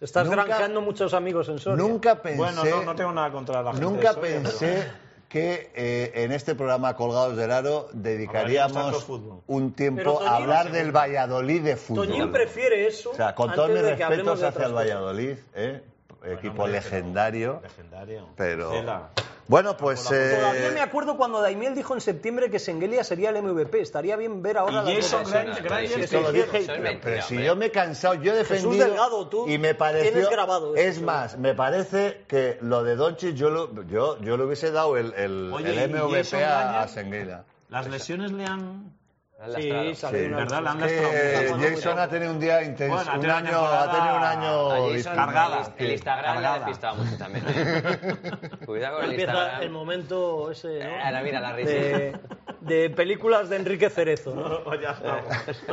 F: Te estás
B: Nunca-
F: granjeando muchos amigos en Soria.
B: Nunca pensé...
D: Bueno, no, no tengo nada contra la gente.
B: Nunca
D: de Soria, pero-
B: pensé que eh, en este programa Colgados del Aro
D: Hablaríamos tanto
B: dedicaríamos
D: fútbol.
B: un
F: Pero
B: tiempo
F: Toñín-
B: a hablar del Valladolid de fútbol.
F: Toñín prefiere eso.
B: O sea, con
F: antes
B: todos mis
F: de que
B: respetos
F: hablemos de
B: hacia el
F: otras cosas.
B: Valladolid, ¿eh? equipo
D: hombre, pero-
B: legendario,
D: Legendario.
B: pero...
D: Pucela.
B: Bueno, pues...
F: Todavía
B: eh,
F: me acuerdo cuando Daimiel dijo en septiembre que Sengelia sería el MVP. Estaría bien ver ahora
D: Y Jason Grimes-
F: votaciones.
C: no,
D: Grimes
C: sí,
D: que
B: Esto
D: se
B: lo
D: hicieron.
B: dije,
C: Eso es
B: pero,
C: mentira,
B: pero si
C: hombre.
B: yo me he cansado, yo he
F: Jesús
B: defendido
F: Delgado, tú
B: y me pareció
F: tienes grabado eso,
B: es
F: seguro.
B: más, me parece que lo de Doncic yo, lo- yo yo le hubiese dado el, el,
D: Oye,
B: el
D: ¿y Jason
B: MVP a, a
D: Daniel?
B: Senguela.
D: Las lesiones le han...
C: Lastrado.
F: Sí, salió
B: Sí.
F: una-
D: ¿Verdad? La han
B: Es que,
D: lastrado mucho.
B: eh, Jason ha tenido un día intenso,
D: Bueno, ha
B: un
D: tenido
B: año, ha
D: una
B: tenido un
D: temporada-
B: año
C: Allí son-
D: Cargada.
C: el- El Instagram le ha
D: Cargada.
C: despistado mucho también. ¿eh?
B: [LAUGHS]
C: Cuidado con el
F: Empieza el
C: Instagram.
F: momento ese. ¿no?
C: Ahora mira la risa.
F: de, de películas de Enrique Cerezo. ¿no?
D: ya estamos. [LAUGHS]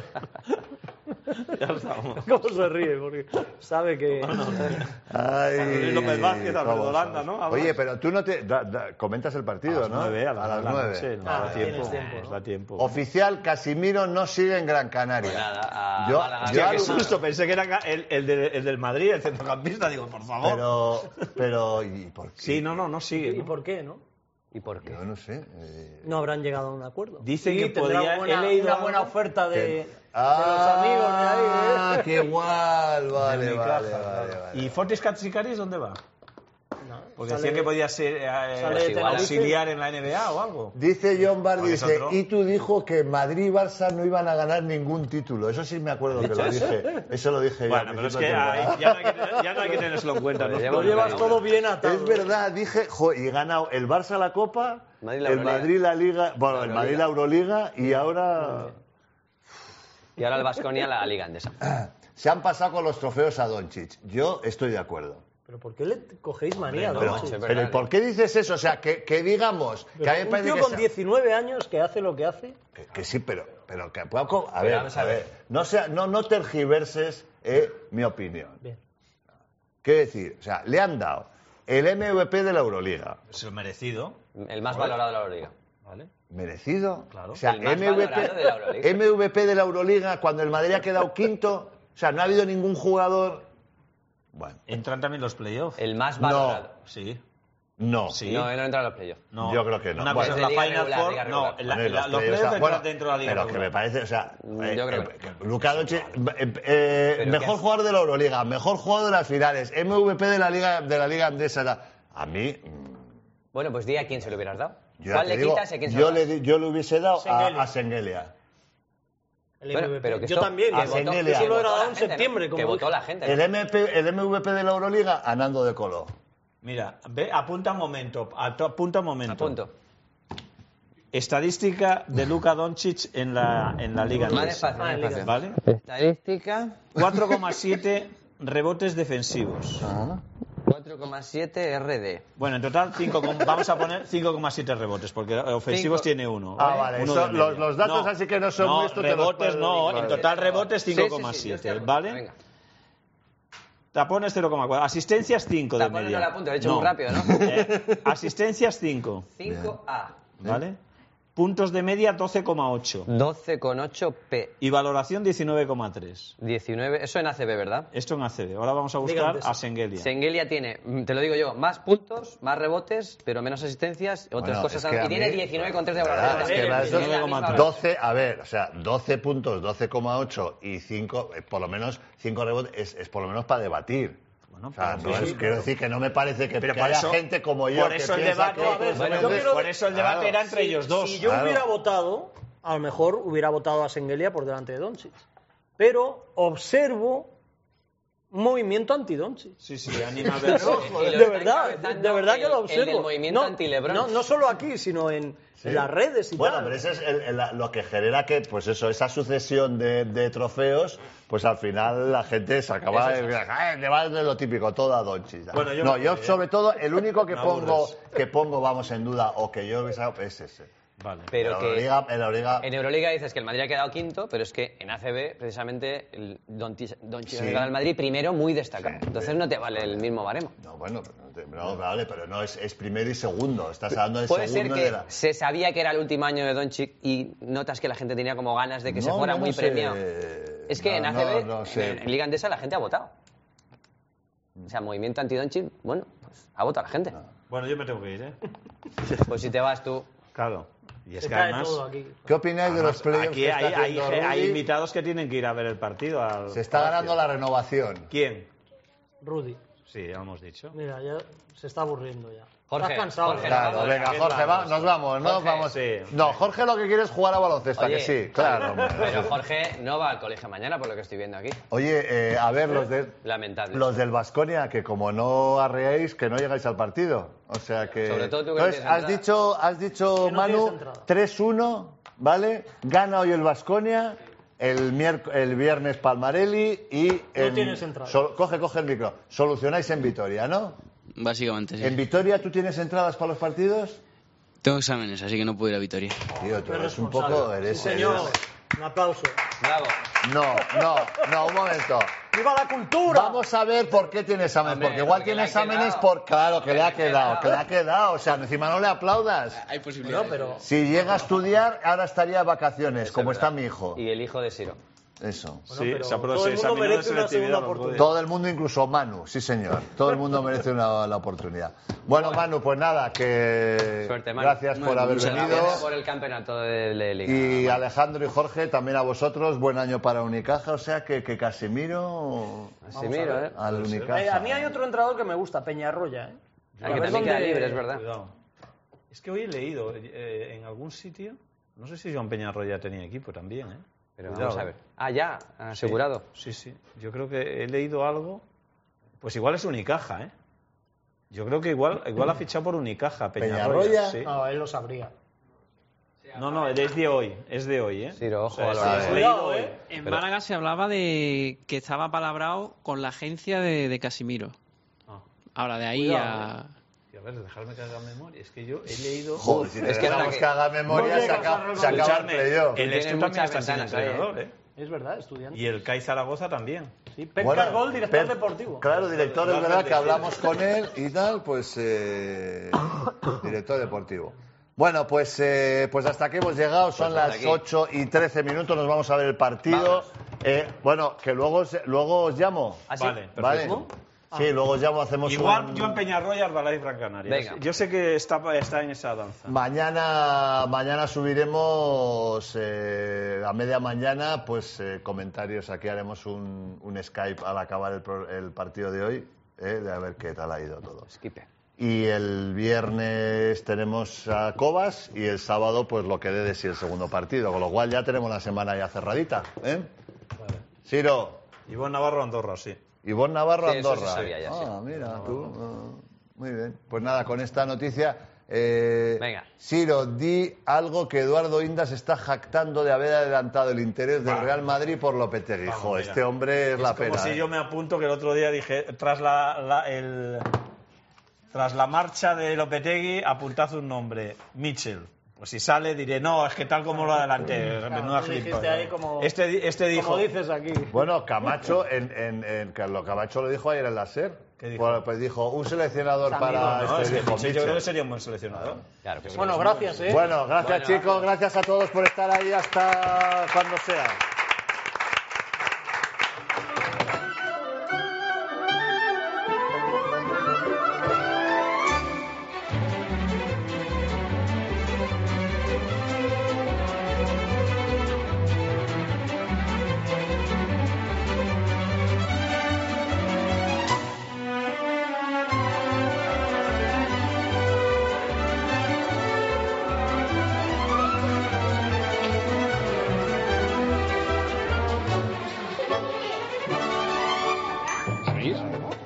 D: ya estamos.
F: [LAUGHS] ¿Cómo se ríe? Porque sabe que.
B: Ay,
D: Luis López Vázquez, Alfredo
B: cómo
D: Landa,
B: sabes.
D: ¿no? Hablas.
B: Oye, pero tú no te da- da- comentas el partido, ¿no?
D: nueve, a las,
B: nueve.
D: noche, nos
F: Ah,
D: da
F: tienes
D: tiempo.
F: tiempo,
D: Nos da tiempo.
B: Oficial Casimiro no sigue en Gran Canaria.
C: Pues nada, a
B: yo,
C: Málaga.
B: yo
D: Hostia,
B: al-
D: qué susto, pensé que era ca- el, el de- el del Madrid, el centrocampista, digo, por favor. [LAUGHS]
B: pero pero ¿y por qué?
D: Sí, no, no, no sigue.
F: ¿Y
D: ¿no?
F: por qué, no?
C: ¿Y por qué?
B: Yo no sé. eh,
F: No habrán llegado a un acuerdo.
D: Dicen que
F: tendrá
D: podía-
F: buena-
D: he leído
F: una
D: algo
F: buena oferta de, de los [LAUGHS]
B: Ah,
F: amigos de ahí. ¿eh?
B: qué gual, vale,
D: Mi
B: vale,
D: caja,
B: vale,
D: claro.
B: vale.
D: ¿Y Fortis Katsikaris dónde va?
F: No,
D: Porque
F: sale-
D: decían que podía ser eh,
F: sale
D: eh,
C: de Tenerife.
D: auxiliar en la NBA o algo.
B: Dice John Bar,
D: Porque es
B: dice,
D: otro.
B: y tú dijo que Madrid y Barça no iban a ganar ningún título. Eso sí me acuerdo que lo dije. Eso lo dije yo.
D: Bueno,
B: al
D: pero es
B: principio
D: que
B: de temporada.
D: ahí ya, no hay que tener- ya no hay que tenerlo en cuenta. ¿no?
C: Lo
F: Lo llevas
C: Bueno,
F: todo bien
B: [LAUGHS]
F: atado.
D: ¿eh?
B: Es verdad, dije, jo, y he ganado el Barça la Copa,
C: Madrid la
B: el
C: Euroliga.
B: Madrid la Liga, bueno, el Madrid la Euroliga y ahora
C: Y ahora el Vasconia la Liga Andesa.
B: se han pasado con los trofeos a Doncic. Yo estoy de acuerdo.
F: ¿Pero por qué le cogéis manía,
C: Hombre,
F: no,
B: Pero,
C: macho, es
F: macho?
C: verdad,
B: pero ¿y
C: ¿eh?
B: por qué dices eso? O sea, que, que digamos que a mí me
F: un
B: parece
F: tío
B: que
F: con
B: se-
F: 19 años que hace lo que hace.
B: Que, que sí, pero, pero que poco. A ver,
C: vamos a
B: a ver. No, sea, no, no tergiverses eh, mi opinión.
F: Bien.
B: Quiero decir, o sea, le han dado el MVP de la Euroliga.
D: Es el merecido.
C: El más valorado de la Liga.
D: ¿vale?
B: ¿Merecido?
D: Claro.
B: O sea,
C: El más valorado de la Euroliga.
B: MVP, MVP de la Euroliga, cuando el Madrid ha quedado quinto, o sea, no ha habido ningún jugador. Bueno,
D: Entran también los playoffs.
C: El más
B: No.
C: valorado.
D: Sí.
B: no.
D: Sí.
C: No, él no entra a los playoffs.
D: No.
B: Yo creo que no.
D: Una
B: Bueno.
D: cosa es la
C: Liga
D: Final
C: regular,
D: Four.
C: liga
D: No,
C: regular.
D: la-
B: Bueno, y
D: la-
B: los
D: los
B: playoffs,
D: playoffs
B: ah,
D: entran
B: bueno,
D: dentro de la Liga
B: Pero que me
D: regular.
B: parece, o sea, eh,
C: Mm, Yo creo
B: eh,
C: que-
B: que Luka Doncic, eh, eh,
C: Pero que
B: mejor
C: has-
B: jugador de la Euroliga, mejor jugador de las finales, MVP de la Liga de la Liga Andesa. la- A mí mm,
C: Bueno, pues di a quién se lo hubieras dado.
B: yo ya
C: ¿Cuál
B: te
C: le
B: digo,
C: quitas y a quién se
B: yo
C: lo
B: le
C: das?
B: di- yo le hubiese dado
F: Senghelia.
B: a, a Sengelia.
F: El
C: Bueno,
F: MVP.
C: pero que
F: Yo
C: esto-
F: también.
C: que
F: que
C: votó-
F: votó-
B: Sengelia.
F: Eso lo
C: votó
F: era
C: la
F: dado en
C: gente, ¿no?
F: septiembre.
C: Que
F: como
C: votó
F: dije.
C: la gente. ¿no?
B: El MVP, el MVP de la Euroliga a Nando de Colo.
D: Mira, ve, apunta un momento. ato- Apunta un momento.
C: A punto.
D: Estadística de Luka Doncic en la, en la Liga
C: Vale,
D: Andesa.
C: fácil, vale, fácil.
D: ¿Vale?
C: Estadística.
D: 4,7 rebotes defensivos.
C: 4,7 RD.
D: Bueno, en total,
B: [LAUGHS]
D: 5, com- vamos a poner 5,7 rebotes, porque ofensivos
C: Cinco.
D: tiene uno. ¿eh?
B: Ah, vale,
D: Uno
B: eso-
D: de media.
B: los- los datos así que no son
D: no,
B: muy- esto te los
D: rebotes
B: puedo
D: no,
B: dedicar.
D: en total rebotes
C: Sí, sí, sí,
D: 5,7,
C: yo estoy de acuerdo.
D: ¿vale?
C: Venga.
D: Tapones 0,4, asistencias 5 de
C: Tapones
D: media.
C: no la apunto, lo he hecho muy rápido, ¿no?
D: [LAUGHS] Eh, asistencias 5,
C: 5A.
D: ¿vale? Puntos de media 12,8.
C: Mm. 12,8 P.
D: Y valoración 19,3.
C: 19. Eso en ACB, ¿verdad?
D: Esto en ACB. Ahora vamos a
C: Liga
D: buscar
C: Andesa.
D: a Sengelia.
C: Sengelia tiene, mm, te lo digo yo, más puntos, más rebotes, pero menos asistencias, otras
B: Bueno,
C: cosas.
B: es que a
C: Y tiene
B: mí-
C: 19,3 de
B: Ah,
C: valoración.
B: es que
C: también,
B: vas
C: es la misma
B: dos- 12, a ver, o sea, 12 puntos, 12,8 y 5, eh, por lo menos 5 rebotes, es, es por lo menos para debatir. o sea,
D: para-
B: no
D: pues sí,
B: es-
D: sí,
B: quiero decir que no me parece que,
D: Pero
B: que
D: por
B: haya
D: eso-
B: gente como yo.
D: por
B: que
D: eso el
B: piensa
D: debate-
B: que-
D: a ver, bueno,
B: que-
D: yo quiero- por eso el debate era entre
F: Si-
D: ellos dos.
F: Si yo
D: Claro.
F: hubiera votado, a lo mejor hubiera votado a Sengelia por delante de Doncic. Pero observo un movimiento anti-Doncic.
D: Sí, sí,
F: [LAUGHS]
D: anima a
F: No,
D: ver.
C: y lo
F: de
C: está
F: verdad, de,
C: encabezando
F: verdad que
C: el-
F: lo
C: el
F: observo.
C: del movimiento
F: no,
C: anti-LeBron.
F: no, no solo aquí, sino en,
B: Sí.
F: en las redes y
B: Bueno,
F: tal.
B: pero eso es el- el- la- lo que genera que, pues eso, esa sucesión de, de trofeos, pues al final la gente se acaba
D: Eso
B: de, "Ah, le va de lo típico, todo a Doncic.
D: Bueno, yo
B: no,
D: no
B: yo
D: sé, ¿eh?
B: sobre todo, el
D: [LAUGHS]
B: único que
D: Me
B: pongo,
D: aburres.
B: que pongo, vamos, en duda, o que yo es ese.
D: Vale.
C: Pero
B: En
C: que-
B: Euroliga- en Euroliga-
C: En Euroliga dices que el Madrid ha quedado quinto, pero es que en ACB, precisamente, el Don Chis- Don Chis
B: Sí.
C: ha quedado al Madrid primero muy destacado. Entonces no te vale el mismo baremo.
B: No, bueno, pero no te- no, vale, pero no es, es primero y segundo. Estás hablando de
C: Puede ser
B: segundo
C: que
B: de la.
C: se sabía que era el último año de Doncic y notas que la gente tenía como ganas de que se
B: No,
C: fuera
B: no
C: muy
B: sé.
C: premiado. Es que en
B: No,
C: ACB,
B: no, no
C: en-
B: sé.
C: en, Liga Andesa, la gente ha votado. O sea, movimiento anti-Doncic, bueno, pues ha votado la gente.
D: Bueno, yo me tengo que ir, ¿eh?
C: Pues si te
B: [LAUGHS]
C: vas tú.
D: Claro. Y es
F: Se
D: que
F: cae
D: además.
F: todo aquí.
B: ¿Qué opináis de los playoffs?
D: Aquí
B: que
D: hay,
B: está
D: hay,
B: haciendo
D: hay
B: Rudy?
D: invitados que tienen que ir a ver el partido. al
B: Se está
D: Palacio.
B: ganando la renovación.
D: ¿Quién?
F: Rudy,
D: Sí, ya lo hemos dicho.
F: mira, ya se está aburriendo ya.
C: Jorge,
F: Estás cansado.
C: Jorge,
F: ¿verdad?
B: Claro,
C: vamos,
B: venga,
D: ¿a qué
B: Jorge,
D: vamos?
B: va- nos vamos, ¿no?
D: Jorge,
B: vamos.
D: sí.
B: No, Jorge lo que quiere es jugar a baloncesto, ¿a que
C: Oye,
B: sí,
C: [LAUGHS]
B: claro. hombre.
C: Pero Jorge no va al colegio mañana, por lo que estoy viendo aquí.
B: Oye, eh, a ver, los, de,
C: Lamentable.
B: los del Vasconia, que como no arreéis, que no llegáis al partido. O sea que.
C: Sobre todo tú que no
B: Entonces,
C: tienes
B: has
C: entrada.
B: dicho, has dicho
F: Que no
B: Manu,
F: tienes entrada.
B: 3-1, ¿vale? Gana hoy el Vasconia. El, miérc- el viernes Palmarelli y... en-
F: tienes entrada.
B: sol- coge, coge el micro. Solucionáis en Vitoria, ¿no?
L: Básicamente, sí.
B: ¿En Vitoria tú tienes entradas para los partidos?
L: Tengo exámenes, así que no puedo ir a Vitoria.
B: Tío, tú
F: Qué
B: eres un
F: responsable.
B: poco... Eres,
F: Sí, señor.
B: eres-
F: Un aplauso.
C: Bravo.
B: No, no, no, un momento.
F: ¡Viva la cultura!
B: Vamos a ver por qué tiene exámenes,
C: Hombre,
B: porque igual
C: porque le
B: tiene
C: ha
B: exámenes
C: quedado.
B: por claro que le ha
C: Porque le ha
B: quedado, que le ha
C: quedado.
B: quedado, o sea, encima no le aplaudas.
L: Hay posibilidades.
F: pero-
B: Si llega a estudiar, ahora estaría de vacaciones, como
C: verdad.
B: está mi hijo.
C: Y el hijo de Siro.
B: Eso.
D: sí,
F: pero
D: se, apro-
F: todo
D: se
F: el mundo
D: examinó de
F: merece una
D: selectividad,
F: segunda
D: no puede.
F: oportunidad.
B: Todo el mundo, incluso Manu, sí señor. Todo el mundo merece una, la oportunidad. Bueno, Manu, pues nada, que
C: Suerte, Manu.
B: gracias por
L: Manu,
B: haber
L: muchas
B: venido.
C: Enhorabuena por el campeonato de, de Liga.
B: Y Alejandro y Jorge, también a vosotros, buen año para Unicaja, o sea que, que Casimiro
C: Casimiro, ¿eh?
B: al Unicaja.
F: Eh, a mí hay otro entrenador que me gusta, Peñarroya. ¿eh?
C: Ah,
F: A
C: que
F: ver
C: también queda
F: dónde-
C: libre, es verdad.
D: Cuidado. Es que hoy he leído eh, en algún sitio. No sé si Joan Peñarroya tenía equipo también, ¿eh?
C: Pero
D: Cuidado,
C: vamos a
D: ¿eh?
C: ver. Ah, ya, asegurado.
D: Sí, sí. Yo creo que he leído algo. Pues igual es Unicaja, ¿eh? Yo creo que igual, igual [CLEARS THROAT] ha fichado por Unicaja, Peñarroya.
B: Peñarroya.
D: sí.
F: No, él lo sabría.
D: No, no, es de hoy. Es de hoy, ¿eh?
C: Siro, ojo a lo
D: O sea,
C: que
D: es- es
C: haces.
D: leído
F: Cuidado,
D: hoy.
F: ¿eh?
G: En
C: Pero-
G: Málaga se hablaba de que estaba palabrado con la agencia de, de Casimiro.
D: Ah.
G: Ahora, de ahí
D: Cuidado,
G: a...
D: Y A ver, dejarme que haga memoria. Es que yo he leído.
B: Joder, si
C: Es
B: es
C: que
B: que
C: ahora
B: dejamos
C: que-
B: que haga memoria,
F: No
B: se
F: llegas
B: acaba,
F: a
B: se acaba el
D: Escuchadme,
B: playoff.
D: el
C: Tiene
D: Estum también
C: muchas
D: está sin
C: ventanas ahí, ¿eh?
D: entrenador, ¿eh?
F: Es verdad, estudiante.
D: Y el CAI Zaragoza también.
F: Sí, Pep
B: Bueno,
F: Cargol, director
B: Pep-
F: deportivo.
B: Claro, director, es
D: Lo
B: verdad
D: hacen
B: que
D: decir.
B: hablamos con él y tal, pues eh, director deportivo. Bueno, pues, eh, pues hasta aquí hemos llegado, son
C: Pues hasta
B: las
C: aquí.
B: 8 y 13 minutos, nos vamos a ver el partido.
C: Vamos.
B: Eh, bueno, que luego, os- luego os llamo.
C: ¿Ah, sí?
D: Vale.
B: ¿Vale?
D: perfecto.
B: Sí, luego os llamo, hacemos
D: Igual
B: un-
D: Joan Peñarroya, Arbalaez, Gran Canaria.
C: Venga.
D: Yo sé que está, está en esa danza.
B: Mañana, mañana subiremos eh, a media mañana, pues eh, comentarios. Aquí haremos un, un Skype al acabar el, pro- el partido de hoy, eh, de a ver qué tal ha ido todo.
C: Esquipe.
B: Y el viernes tenemos a Cobas y el sábado, pues lo que dé de sí el segundo partido. Con lo cual ya tenemos la semana ya cerradita. ¿eh? Ciro,
D: Iván Navarro, Andorra, sí.
B: Ivonne Navarro
C: Sí, eso
B: Andorra. ¿eh?
C: se sabía ya, sí.
B: ah, mira, tú. ah, muy bien. Pues nada, con esta noticia Eh, Ciro, di algo que Eduardo Indas está jactando de haber adelantado el interés del Real Madrid por Lopetegui.
D: Vamos,
B: Jo,
D: mira.
B: este hombre es, la
D: como
B: pena.
D: si
B: ¿eh?
D: yo me apunto que el otro día dije, tras la, la- el- tras la marcha de Lopetegui, apuntad un nombre, Mitchell. Pues si sale diré, no, es que tal como lo adelanté, menuda
F: tú dijiste
D: gilipollas.
F: ahí como-
D: este, di- este dijo...
F: Como dices aquí.
B: Bueno, Camacho, en, en, en- Carlos Camacho lo dijo ayer en la SER. Bueno, pues dijo, un seleccionador
D: Amigo,
B: para...
D: no,
B: este
D: es
B: dijo,
D: que Mitchell yo
B: Mitchell.
D: creo que sería un buen seleccionador.
F: Bueno, gracias, ¿eh?
B: Bueno, gracias chicos, gracias a todos por estar ahí hasta cuando sea.
M: ¿Sabéis?